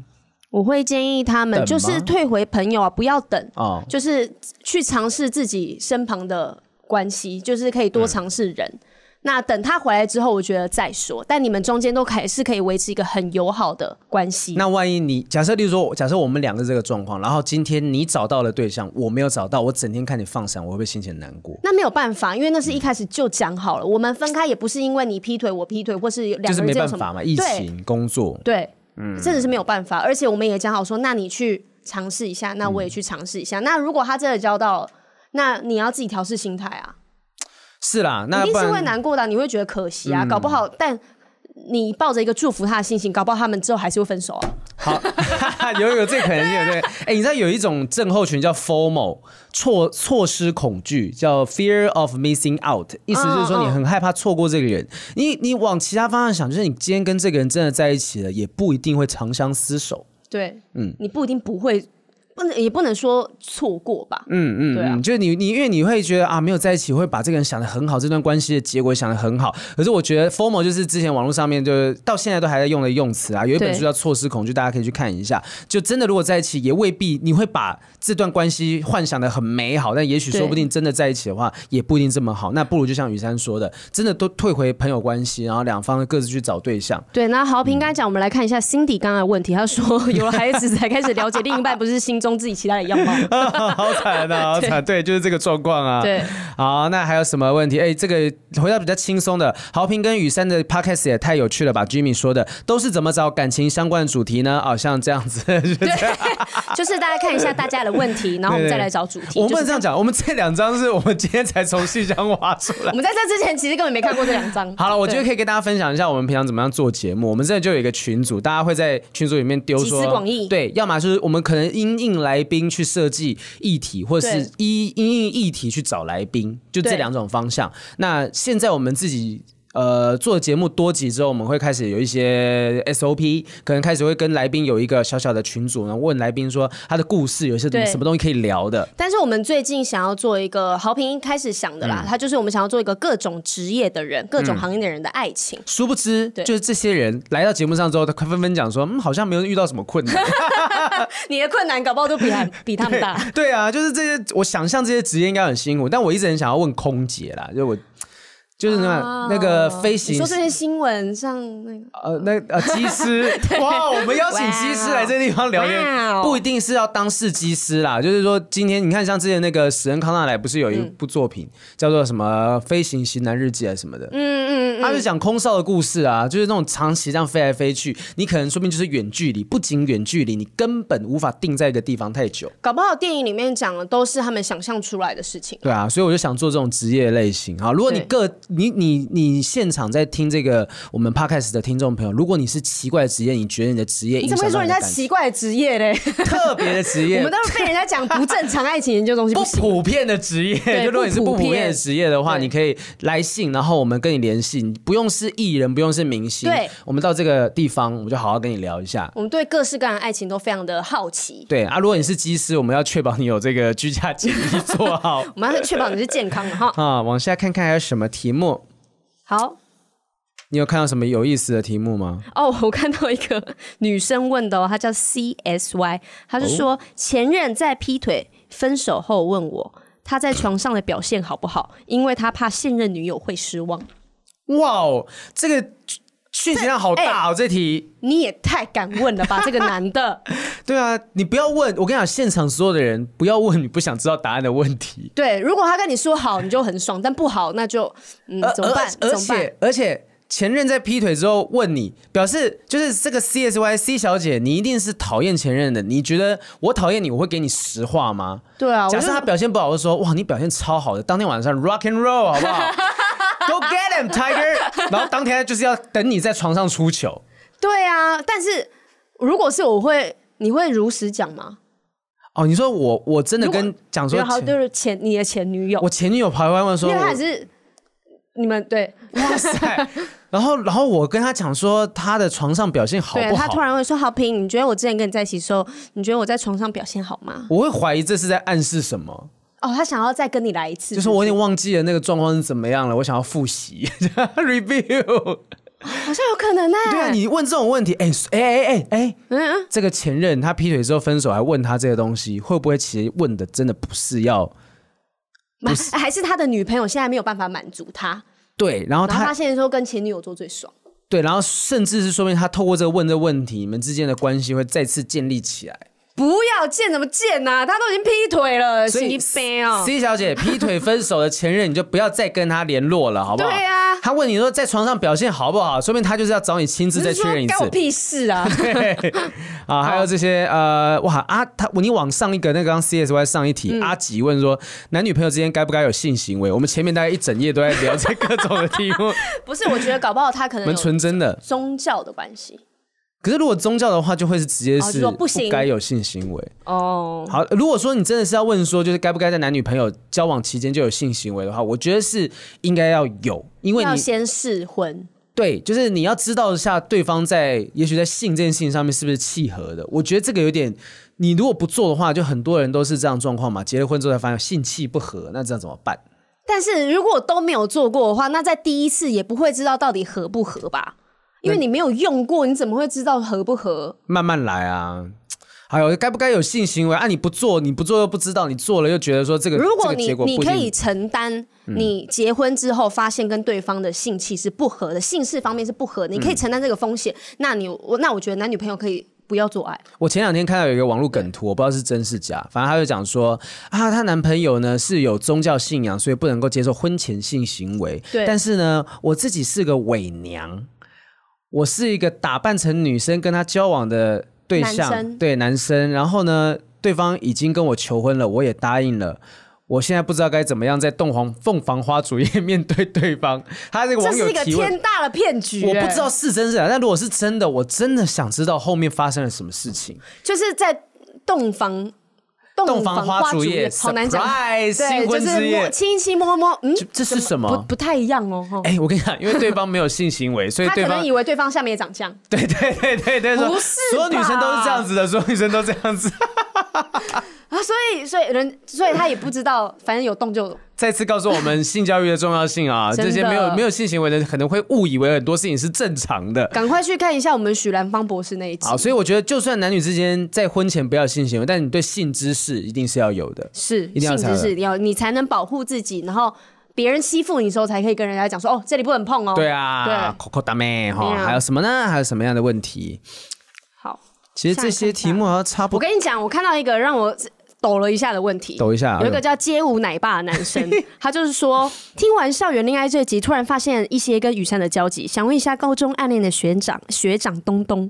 我会建议他
等
们
吗
就是退回朋友啊，不要等，
哦？
就是去尝试自己身旁的关系，就是可以多尝试人。那等他回来之后，我觉得再说。但你们中间都还是可以维持一个很友好的关系。
那万一你假设，例如说，假设我们两个这个状况，然后今天你找到了对象，我没有找到，我整天看你放闪，我会不会心情很难过？
那没有办法，因为那是一开始就讲好了，我们分开也不是因为你劈腿我劈腿，或是
就
两
是
个人
没
之间有
办
什
法
么
嘛，疫
对
情、嗯工作，
对，真的是没有办法。而且我们也讲好说，那你去尝试一下，那我也去尝试一下。那如果他真的交到了，那你要自己调试心态啊，
是啦，那
一
不
定是会
然嗯
难过的啊、你会觉得可惜啊，搞不好，但你抱着一个祝福他的心情，搞不好他们之后还是会分手啊。
好， 有有这个可能性，对。哎、你知道有一种症候群叫 FOMO，错错失恐惧，叫 Fear of Missing Out，意思
嗯
就是说你很害怕错过这个人。你你往其他方向想，就是你今天跟这个人真的在一起了，也不一定会长相厮守。
对，嗯，你不一定不会，不能也不能说错过吧，
嗯嗯，
对啊
嗯就是你你因为你会觉得啊，没有在一起会把这个人想的很好，这段关系的结果想的很好。可是我觉得 “formal” 就是之前网络上面就是到现在都还在用的用词啊，有一本
对
书叫《错失恐惧》，大家可以去看一下。就真的如果在一起，也未必你会把这段关系幻想的很美好，但也许
对
说不定真的在一起的话，也不一定这么好。那不如就像雨珊说的，真的都退回朋友关系，然后两方各自去找对象。
对，那豪平刚才讲，我们来看一下 Cindy 刚才的问题。他说，有了孩子才开始了解另一半，不是心中自己期待的样貌。
好惨 啊，好惨，对，就是这个状况啊。
对，
好，那还有什么问题？哎、这个回到比较轻松的，豪平跟雨珊的 podcast 也太有趣了吧？Jimmy 说的都是怎么找感情相关的主题呢？啊、像这样子，就是
就是大家看一下大家的问题，然后我们再来找主题。
我们不
就
能
是
这样讲，我们这两张是我们今天才从信箱挖出来
我。们在这之前其实根本没看过这两张。
好了，我觉得
对
可以跟大家分享一下我们平常怎么样做节目。我们现在就有一个群组，大家会在群组里面丢
集
说
思广益
对，要么就是我们可能因应来宾去设计议题，或是
对
因因应议题去找来宾，就这
对
两种方向。那现在我们自己。呃，做节目多集之后，我们会开始有一些 SOP，可能开始会跟来宾有一个小小的群组，然后问来宾说他的故事，有一些
对
什么东西可以聊的。
但是我们最近想要做一个豪平一开始想的啦，
嗯
他就是我们想要做一个各种职业的人、各种行业的人的爱情。
殊不知，
对
就是这些人来到节目上之后，他纷纷讲说，嗯，好像没有遇到什么困难。
你的困难搞不好都比他比他们大。
对啊，就是这些，我想象这些职业应该很辛苦，但我一直很想要问空姐啦，就我就是那、 那个飞
哦你
行
说。这些新闻上那个，
呃，那呃，机 师哇，我们邀请机师来这地方聊
哇
天，
哦
不一定是要当是机师啦。就是说，今天你看，像之前那个史恩康纳莱不是有一
嗯
部作品、叫做什么《飞行型男日记》还是什么的，
嗯嗯嗯，
他就讲空少的故事啊，就是那种长期这样飞来飞去，你可能说不定就是远距离，不仅远距离，你根本无法定在一个地方太久。
搞不好电影里面讲的都是他们想象出来的事情。
对啊，所以我就想做这种职业类型啊。如果你
对
各你你你现场在听这个我们 podcast 的听众朋友，如果你是奇怪的职业，你觉得你的职业
你
影
怎
响
么会说
到
人
你的
家
感
奇怪的职 业嘞？
情特别的职
我
业
们，都是被人家讲不正常爱情研究东西
不
不行。
普遍的职业，
对
就如果你是
不
不
普
普遍的
遍
职业的话，
对
你可以来信，然后我们跟你联系，你不用是艺人，不用是明星
对，
我们到这个地方，我们就好好跟你聊一下。
我们对各式各样的爱情都非常的好奇，
对啊，如果你是机师，我们要确保你有这个居家检疫做 好
我们要确保你是健康的哈。
啊。往下看看还有什么题目？
好
你有看到什么有意思的题目吗？
哦，我看到一个女生问的、哦，她叫 C S Y，她
哦
是说、前任在劈腿分手后问我。她在床上的表现好不好？因为她怕现任女友会失望。
哇哦，这个讯息量好大
哎
哦，这题。
你也太敢问了吧，这个 男的。
对啊，你不要问，我跟你讲，现场所有的人不要问你不想知道答案的问题。
对，如果他跟你说好，你就很爽；但不好，那就嗯，
而
怎么办？
而而
怎么办？
且而且，前任在劈腿之后问你，表示就是这个 C S Y C 小姐，你一定是讨厌前任的。你觉得我讨厌你，我会给你实话吗？
对啊，我
假
就
设他表现不好，我就说哇，你表现超好的，当天晚上 rock and roll 好不好 ？Go get him, Tiger！然后当天就是要等你在床上出糗。
对啊，但是如果是我会，你会如实讲吗？
哦，你说我我真的
如果
跟讲说
然后就
前，
是前你的前女友
我，前女友跑来问说
因为他
我
也是你们对
哇塞，然后然后我跟他讲说他的床上表现好
对，
不
他
好
突？然会说好平，你觉得我之前跟你在一起的时候，你觉得我在床上表现好吗？
我会怀疑这是在暗示什么，
哦，他想要再跟你来一次，
就是我有点忘记了那个状况是怎么样了，我想要复习 review。
好像有可能呢、欸
对啊，你问这种问题，哎哎哎哎哎，
嗯，
这个前任他劈腿之后分手还问他这个东西，会不会其实问的真的不是要
嗯还是他的女朋友现在没有办法满足他，
对？然后
然后
他
他现在说跟前女友做最爽。
对，然后甚至是说明他透过这个问这个问题，你们之间的关系会再次建立起来。
不要见怎么见呐、他都已经劈腿了，
所
神
以
经病哦！
C 小姐劈腿分手的前任，你就不要再跟他联络了，好不好？
对啊
他问你说在床上表现好不好，说明他就是要找你亲自
你
再
是说
确认一
干我
次。
屁事啊！
啊，还有这些呃，哇啊，他你往上一个，那个刚 C S Y 上一题，
嗯
阿吉问说男女朋友之间该不该有性行为？我们前面大概一整夜都在聊这各种的题 目，
不是，我觉得搞不好他可 能
蛮
有
纯真的。
宗教的关系
可是如果宗教的话，就会是直接
哦
是
就说不行
该有性行为。
哦。
好，如果说你真的是要问说，就是该不该在男女朋友交往期间就有性行为的话，我觉得是应该要有，因为
要
你
先试婚，
对，就是你要知道一下对方在，也许在性这件事情上面是不是契合的。我觉得这个有点，你如果不做的话，就很多人都是这样的状况嘛。结了婚之后才发现性气不合，那这样怎么办？
但是如果都没有做过的话，那在第一次也不会知道到底合不合吧？因为你没有用过，你怎么会知道合不合？
慢慢来啊。还有该不该有性行为啊？你不做，你不做又不知道，你做了又觉得说这个
如
这
果
个
你
结果不
你
一定嗯
可以承担，你结婚之后发现跟对方的性气是不合的，性事方面是不合，你可
嗯
以承担这个风险。那你我那我觉得男女朋友可以不要做爱。
我前两天看到有一个网络梗图，我不知道是真是假，反正她就讲说啊，她男朋友呢是有宗教信仰，所以不能够接受婚前性行为。
对
但是呢，我自己是个伪娘，我是一个打扮成女生跟她交往的对象，
男生
对男生。然后呢，对方已经跟我求婚了，我也答应了。我现在不知道该怎么样在洞房凤凰花烛夜面对对方。他这个
这
网友
是一个
提问，
天大的骗局、
我不
欸
知道，是真是假，但如果是真的，我真的想知道后面发生了什么事情。
就是在洞房
洞
房
房花烛
烛
夜
好难讲，
，surprise，新
对，
婚
就是
之夜
摸亲一亲摸摸，嗯，
这这是什
不
么？
不太一样哦。吼
哎、我跟你讲，因为对方没有性行 为，所以
他
对
可
方
能以为对方下面也长这样，
对对对对对，说
不是
所有女生都是
吧
这样子的，所有女生都这样子。
啊，所以所以人，所以他也不知 道，反正有洞就
再次告诉我们性教育的重要性啊！
真
这
的
些没有没有性行为的，人可能会误以为很多事情是正常的。
赶快去看一下我们许兰芳博士那一集
好，。所以我觉得，就算男女之间在婚前不要性行为，但你对性知识一定是要有的。
是，
定要
性
查
质
的
是一定要，你才能保护自己，然后别人欺负你的时候，才可以跟人家讲说，哦，这里不能碰哦。
对，啊
对
，Coco 大妹哈，
对啊
还有什么呢？还有什么样的问题？
好，
其实
下
这
一
些
个吧
题目好像差
我
不多。
跟你讲，我看到一个让我抖了一下的问题，
抖一下，
有一
哎
个
呦
叫街舞奶爸的男 生，他就是说，听完校园恋爱这集，突然发现一些跟雨山的交集，想问一下高中暗恋的学长学长东东，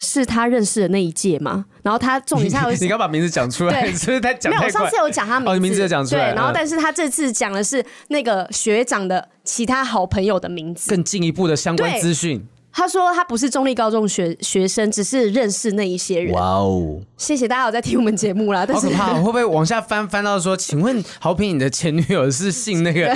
是他认识的那一届嘛，然后他重点是他 有
你刚把名字讲出来，
对
是不是太讲
没有，
太
我上
快
次？有讲他名字，
哦你名字有讲出来
对，然后
嗯
但是他这次讲的是那个学长的其他好朋友的名字。
更进一步的相关
对
资讯。
他说他不是中立高中学学生，只是认识那一些人。
哦，
谢谢大家有在听我们节目啦，但
好
是
可怕、哦！会不会往下翻翻到说，请问好品你的前女友是姓那 个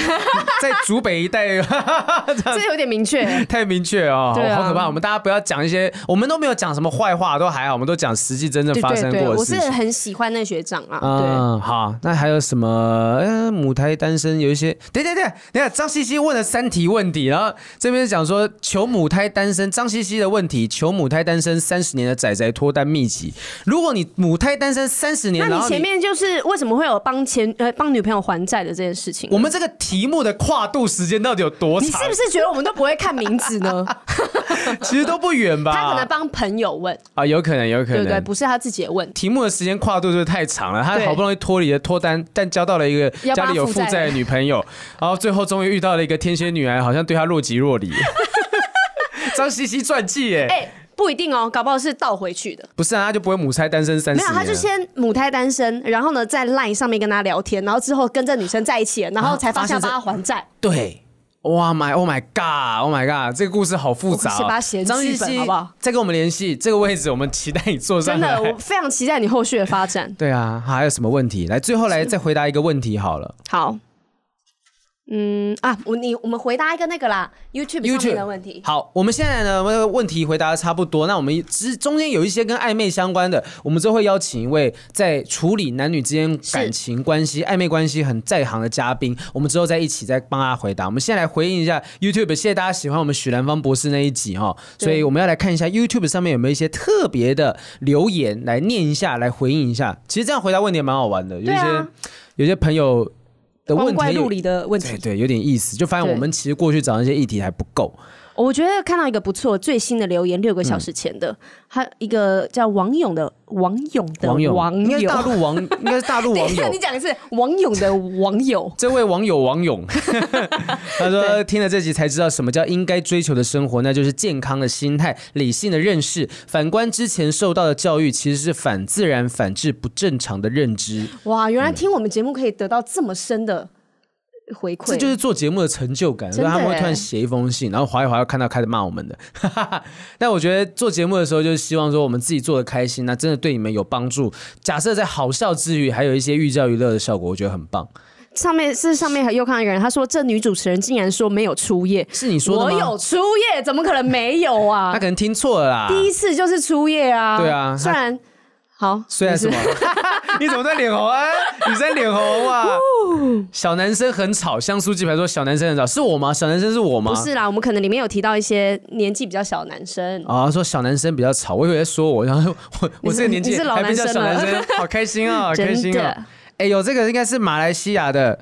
在竹北一带？
这有点明确。
太明确哦，
对啊
好可怕！我们大家不要讲一些，我们都没有讲什么坏话，都还好，我们都讲实际真正
对
发生
对对，
过的
我
事
是
情。
很喜欢那学长啊。 对，
嗯，好，那还有什么？呃，母胎单身有一些，等等等等，等一下张茜茜问了三题问题，然后这边讲说求母胎单身，张茜茜的问题，求母胎单身三十年的仔仔脱单秘籍。如果你母胎单身三十年，
那
然
你
后
前面就是为什么会有帮前呃帮女朋友还债的这件事情呢？
我们这个题目的跨度时间到底有多
你
长？
是不是觉得我们都不会看名字 呢？
其实都不远吧？
他可能帮朋友问，
啊，有可能，有可
对
能，
不对？不是他自己的问题。
题目的时间跨度就是太长了，他
对
好不容易脱离了脱单，但交到了一个
要帮
家
他
里有
负
负
债
债的女朋友，然后最后终于遇到了一个天蝎女孩，好像对他若即 若离。张茜茜传记耶，
哎、不一定哦，搞不好是倒回去的。
不是啊，他就不会母胎单身三十
没有，
年啊。
他就先母胎单身，然后呢，在 LINE 上面跟他聊天，然后之后跟这女生在一起了，然后才发现要帮他 还债。
对。哇 my oh my god oh my god，这个故事好复杂、哦。
我先把它写成
张茜
剧本
茜
好不好？
再跟我们联系，这个位置我们期待你坐上
真
来。。
的，我非常期待你后续的发展
对啊，还有什么问题？来，最后来再回答一个问题好了。
好，嗯啊，我你我们回答一个那个啦，YouTube 上
YouTube
面的问题。
好，我们现在呢，问问题回答的差不多。那我们之中间有一些跟暧昧相关的，我们之后会邀请一位在处理男女之间感情关系、暧昧关系很在行的嘉宾，我们之后再一起再帮大家回答。我们先来回应一下 YouTube，谢谢大家喜欢我们许兰芳博士那一集哦。
对
所以我们要来看一下 YouTube 上面有没有一些特别的留言，来念一下，来回应一下。其实这样回答问题也蛮好玩的，有一
对
些、
啊
有一些朋友的问
光
题
怪
有
陆离的问
对
题，
对，有点意思，就发现
对
我们其实过去找那些议题还不够。
哦我觉得看到一个不错最新的留言，六个小时前的，他一个叫王勇的王勇的
网友，
网
应该是大
友，
陆网，应该是大陆
等
网
一下你
友。，
讲一次王勇的网友
这位网友王勇，他说听了这集才知道什么叫应该追求的生活，那就是健康的心态、理性的认识。反观之前受到的教育，其实是反自然、反智、不正常的认知，
哇，原来听我们节目可以得到这么深的回馈，
这就是做节目的成就感。所
真
以
的
他们会突然
耶
写一封信，然后划一划，又看到开始骂我们的。 但我觉得做节目的时候，就是希望说我们自己做的开心，那真的对你们有帮助。假设在好笑之余，还有一些寓教于乐的效果，我觉得很棒。
上面是上面还又看到一个人，他说这女主持人竟然说没有初夜，
是你说的
我
吗？
有初夜，怎么可能没有
他
啊？
可能听错了啦。
第一次就是初夜啊，
对啊
虽然好，
虽然什么
没事，
你怎么在脸红啊？你在脸红 啊？小男生很吵，香酥鸡排说小男生很吵，是我吗？小男生是我吗？
不是啦，我们可能里面有提到一些年纪比较小的男生，
啊，说小男生比较吵，我以为在说我，然后我我这个年纪
你是老
还被
男
叫
生
小男
了
生， 好开心啊，好开
真
心啊！
的，
哎呦，这个应该是马来西亚的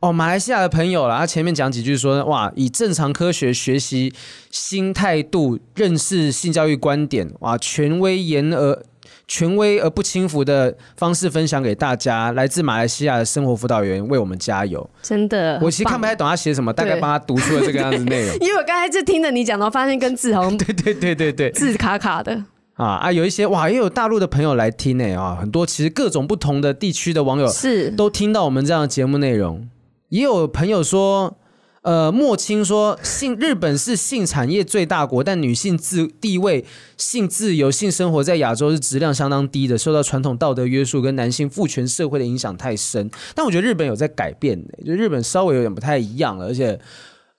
哦，马来西亚的朋友啦。他前面讲几句说，哇，以正常科学学习新态度认识性教育观点，哇，权威言而权威而不轻浮的方式分享给大家。来自马来西亚的生活辅导员为我们加油。
真的，
我其实
很
看
棒
不太懂他写什么，大概
对。
帮他读出了这个样子内容
因为我刚才就听着你讲到，发现跟志 宏
对对对对对。
字卡卡的，
啊啊，有一些哇，也有大陆的朋友来听呢啊，很多其实各种不同的地区的网友
是
都听到我们这样的节目内容，也有朋友说。呃，莫青说，性日本是性产业最大国，但女性自地位、性自由、性生活在亚洲是质量相当低的，受到传统道德约束跟男性父权社会的影响太深。但我觉得日本有在改变、就日本稍微有点不太一样了，而且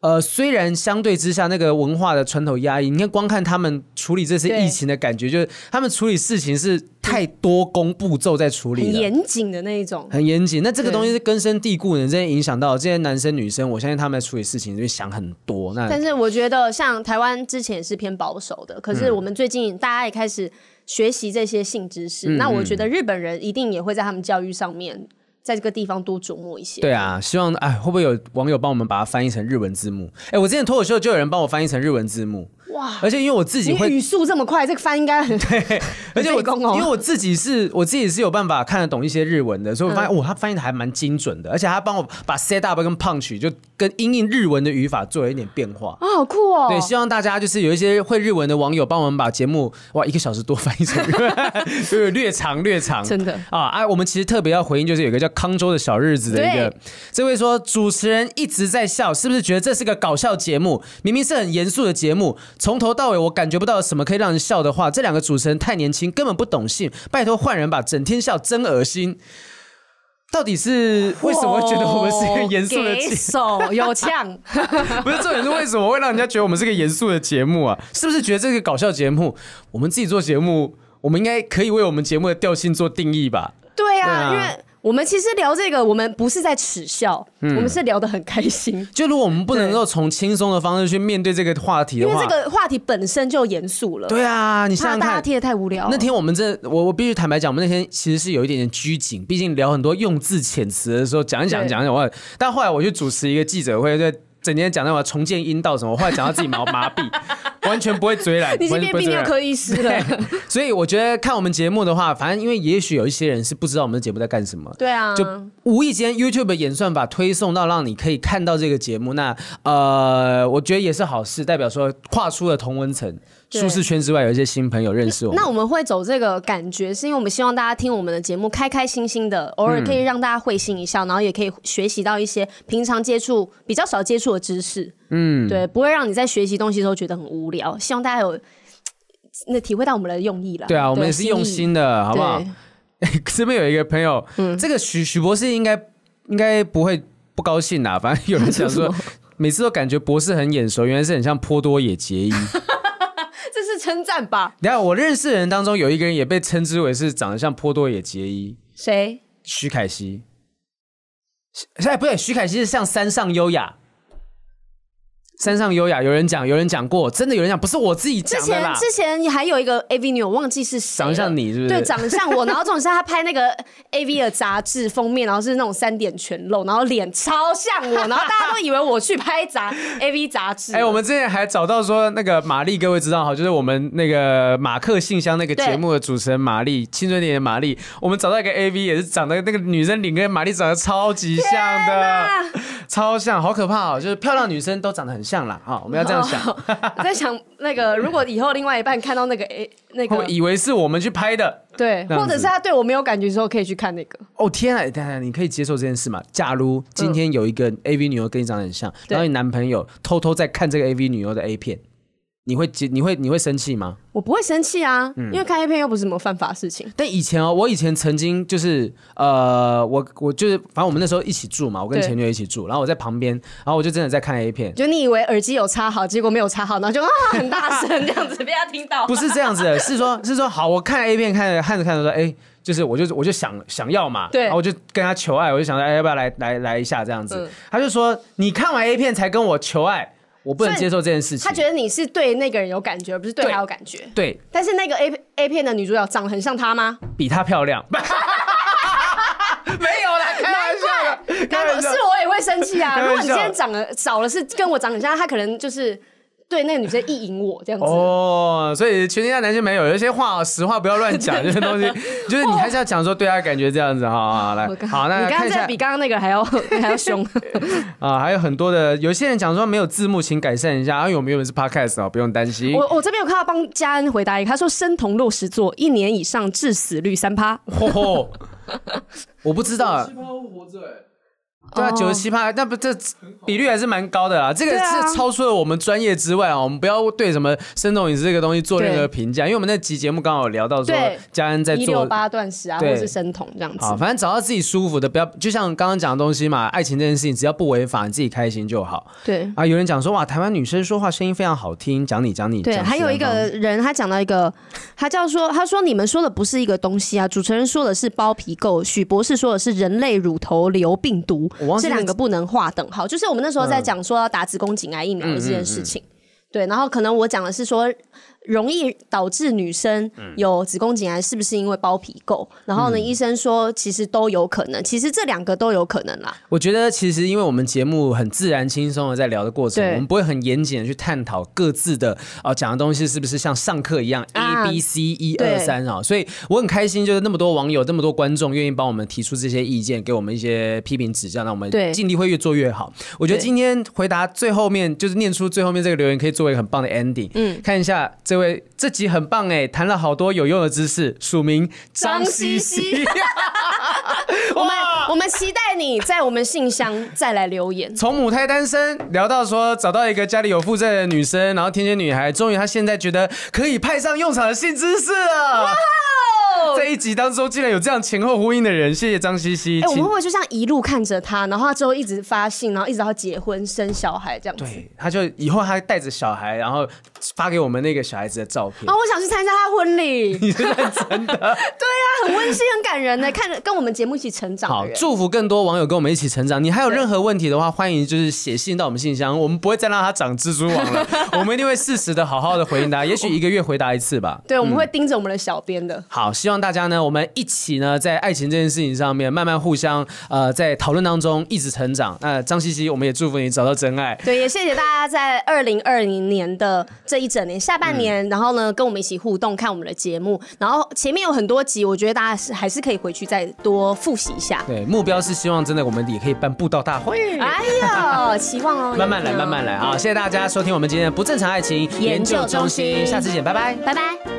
呃，虽然相对之下那个文化的传统压抑，你看光看他们处理这次
对
疫情的感觉，就是他们处理事情是太多工步骤在处理
很
了。
严谨的那一种，
很严谨，那这个
对
东西是根深蒂固的，真的影响到这些男生女生。我相信他们在处理事情就会想很多。那
但是我觉得，像台湾之前也是偏保守的，可
嗯
是我们最近大家也开始学习这些性知
嗯
识。那我觉得日本人一定也会在他们教育上面，在这个地方多琢磨一些。
对，啊，希望哎，会不会有网友帮我们把它翻译成日文字幕？哎，我之前脱口秀就有人帮我翻译成日文字幕，
哇，
而且因为我自己
你
会
语速这么快，这个翻应该很
对，而且我
费工哦
因为我自己是我自己是有办法看得懂一些日文的，所以我
嗯
发现、哦，他翻译的还蛮精准的，而且他帮我把 set up 跟 punch 就跟英译日文的语法做了一点变化。
啊，好酷 哦！
对，希望大家就是有一些会日文的网友帮我们把节目哇一个小时多翻译成日 文，就是略长略长，
真的
啊！哎、我们其实特别要回应，就是有一个叫康州的小日子的一个
对，
这位说主持人一直在笑，是不是觉得这是个搞笑节目？明明是很严肃的节目，从头到尾我感觉不到什么可以让人笑的话。这两个主持人太年轻，根本不懂性，拜托换人吧，整天笑真恶心。到底是为什么会觉得我们是一个严肃的节
哦给手有呛，
不是重点是为什么会让人家觉得我们是个严肃的节目啊？是不是觉得这个搞笑节目，我们自己做节目，我们应该可以为我们节目的调性做定义吧？
对
对啊
啊，因为我们其实聊这个，我们不是在耻笑，
嗯
我们是聊得很开心，
就如果我们不能够从轻松的方式去面对这个话题
因
的
为
话，
这个话题本身就严肃了，
对啊，你想
怕
想
大家
看。
听得太无聊。
那天我们这，我我必须坦白讲，我们那天其实是有一点点拘谨，毕竟聊很多用字遣词的时候，讲一讲
对
讲一讲，我但后来我去主持一个记者会，对，整天讲到我重建阴道什么，我后来讲到自己毛麻 痹，完全不会追来，
你已经
完全
变
不会
泌
追
尿
来
科医 师了，
所以我觉得看我们节目的话，反正因为也许有一些人是不知道我们的节目在干什么。
对啊，
就无意间 YouTube 的演算法推送到让你可以看到这个节目，那呃，我觉得也是好事，代表说跨出了同温层、
对
舒适圈之外，有一些新朋友认识我们
那。我们会走这个感觉，是因为我们希望大家听我们的节目开开心心的，偶
嗯
尔可以让大家会心一笑，然后也可以学习到一些平常接触比较少接触的知识。嗯，对，不会让你在学习东西的时候觉得很无聊。希望大家有嘖那体会到我们的用意了。
对啊，我们也是用心的，好
意，
不好
对？，嗯
这边有一个朋友，这个许许博士应该应该不会不高兴啦，反正有人讲
说
说
什。
每次都感觉博士很眼熟，原来是很像波多野结衣。
这是称赞吧？
你看，我认识的人当中有一个人也被称之为是长得像波多野结衣，
谁？
徐凯熙。哎，不对，徐凯熙是像山上优雅。山上优雅，有人讲，有人讲过，真的有人讲，不是我自己
之
讲的
前
啦。
之前还有一个 AV 女，我忘记是谁了。
长相你是不是？
对，长相我，然后这种是他拍那个 A V 的杂志封面，然后是那种三点全露，然后脸超像我，然后大家都以为我去拍杂 A V 杂志。
哎、我们之前还找到说那个玛丽，各位知道哈，就是我们那个马克信箱那个节目的主持人玛丽，青春点的玛丽，我们找到一个 A V，也是长得那个女生脸跟玛丽长得超级像的，超像，好可怕哦！就是漂亮女生都长得很像啦啊、我们要这样想，
我在想那个，如果以后另外一半看到那个 A 那
会
个，
以为是我们去拍的。
对，
哦这样
或
子
者是他对我没有感觉的时候，可以去看那个。
哦天啊，等等，你可以接受这件事吗？假如今天有一个 A V 女优跟你长得很像，
对
然后你男朋友偷偷在看这个 A V 女优的 A 片，你会接你会你会生气吗？
我不会生气啊，
嗯
因为看 A 片又不是什么犯法事情。
但以前哦，我以前曾经就是呃，我我就是反正我们那时候一起住嘛，我跟
对
前女友一起住，然后我在旁边，然后我就真的在看 A 片。
就你以为耳机有插好，结果没有插好，然后就啊很大声这样子被他听到。
不是这样子的，是说，是说，好，我看 A 片看着看着看着说，哎、就是我就我就想想要嘛，
对
然后我就跟他求爱，我就想说，哎、要不要来来来一下这样子？
嗯
他就说，你看完 A 片才跟我求爱，我不能
所以
接受这件事情。
他觉得你是对那个人有感觉，而不是对
对
他有感觉。
对，
但是那个 A A 片的女主角长得很像她吗？
比她漂 亮，没有啦，开玩笑的，开
难
玩
道
笑
是。我也会生气啊？
开玩笑
如果你今天长得找的是跟我长得很像，她可能就是对那个女生意淫我这样子。
哦，所以全天下男性朋友，有一些话哦实话不要乱讲，这些 东西就是你还是要讲说对他感觉这样子哈。好好来
我，刚
好，那
你刚
看
刚
一
这
下
个比刚刚那个还要 还 要凶，
啊，还有很多的，有些人讲说没有字幕，请改善一下。啊因为我们原本是 podcast 哦，不用担心。
我我这边有看到帮嘉恩回答一个，他说生酮落实做一年以上致死率三趴，
嚯嚯， 我不知道啊，
趴会活着、欸，
对啊，
哦
九十七趴，那不这比率还是蛮高的啦。这个
对啊
是超出了我们专业之外啊，我们不要对什么生动饮食这个东西做任何
对
评价，因为我们那集节目刚好有聊到说
对
嘉恩在
一
做
六八断食啊，或
对
者是生酮这样子
好，。反正找到自己舒服的，不要就像刚刚讲的东西嘛，爱情这件事情，只要不违法，你自己开心就好。
对
啊，有人讲说哇，台湾女生说话声音非常好听，讲你讲你。啊
对，
讲
还有
西
一
安
个人他讲到一个，他叫说他说你们说的不是一个东西啊，主持人说的是包皮垢，许博士说的是人类乳头瘤病毒
我忘，记
这
那嗯
两个不能划等号。就是我们那时候在讲说要打子宫颈癌疫苗的这件事情，对，然后可能我讲的是说容易导致女生
嗯
有子宫颈癌，是不是因为包皮垢？然后呢，医生说其实都有可能，其实这两个都有可能啦。
我觉得其实因为我们节目很自然轻松的在聊的过程，
对
我们不会很严谨的去探讨各自的啊讲、的东西是不是像上课一样 A
啊
B C 一
对
二三啊，所以我很开心，就是那么多网友、那么多观众愿意帮我们提出这些意见，给我们一些批评指教，那我们
对
尽力会越做越好。我觉得
对
今天回答最后面就是念出最后面这个留言，可以作为一个很棒的 ending。嗯，看一下这位，这集很棒哎，谈了好多有用的知识，署名
张
西
西
西。
我们我们期待你在我们信箱再来留言。
从母胎单身聊到说找到一个家里有负债的女生，然后天蝎女孩，终于她现在觉得可以派上用场的性知识了。
哦
在一集当中，竟然有这样前后呼应的人，谢谢张西西。
哎、我们
请
会不会就像一路看着他，然后他之后一直发信，然后一直到结婚生小孩这样子？
对，她就以后她带着小孩，然后发给我们那个小孩子的照片
啊，。我想去参加他婚礼。 对
你是认真的？
啊，很温馨，很感人呢。看着跟我们节目一起成长
好
的，人，
祝福更多网友跟我们一起成长。你还有
对
任何问题的话，欢迎就是写信到我们信箱，我们不会再让它长蜘蛛网 了，我们一定会适时的好好的回答，也许一个月回答一次吧。
对，我们会盯着我们的小编的。
好，希望大家呢，我们一起呢，在爱情这件事情上面，慢慢互相呃，在讨论当中一直成长。那张茜茜，我们也祝福你找到真爱。
对，也谢谢大家在二零二零年的这一整年下
嗯
半年，然后呢跟我们一起互动，看我们的节目，然后前面有很多集，我觉得大家是还是可以回去再多复习一下。
对，目标是希望真的我们也可以办布道大会。
哎呦，期望哦，
慢慢来，
有没有
慢慢来啊！谢谢大家收听我们今天的不正常爱情
研究中心
下次见，拜拜。
拜拜。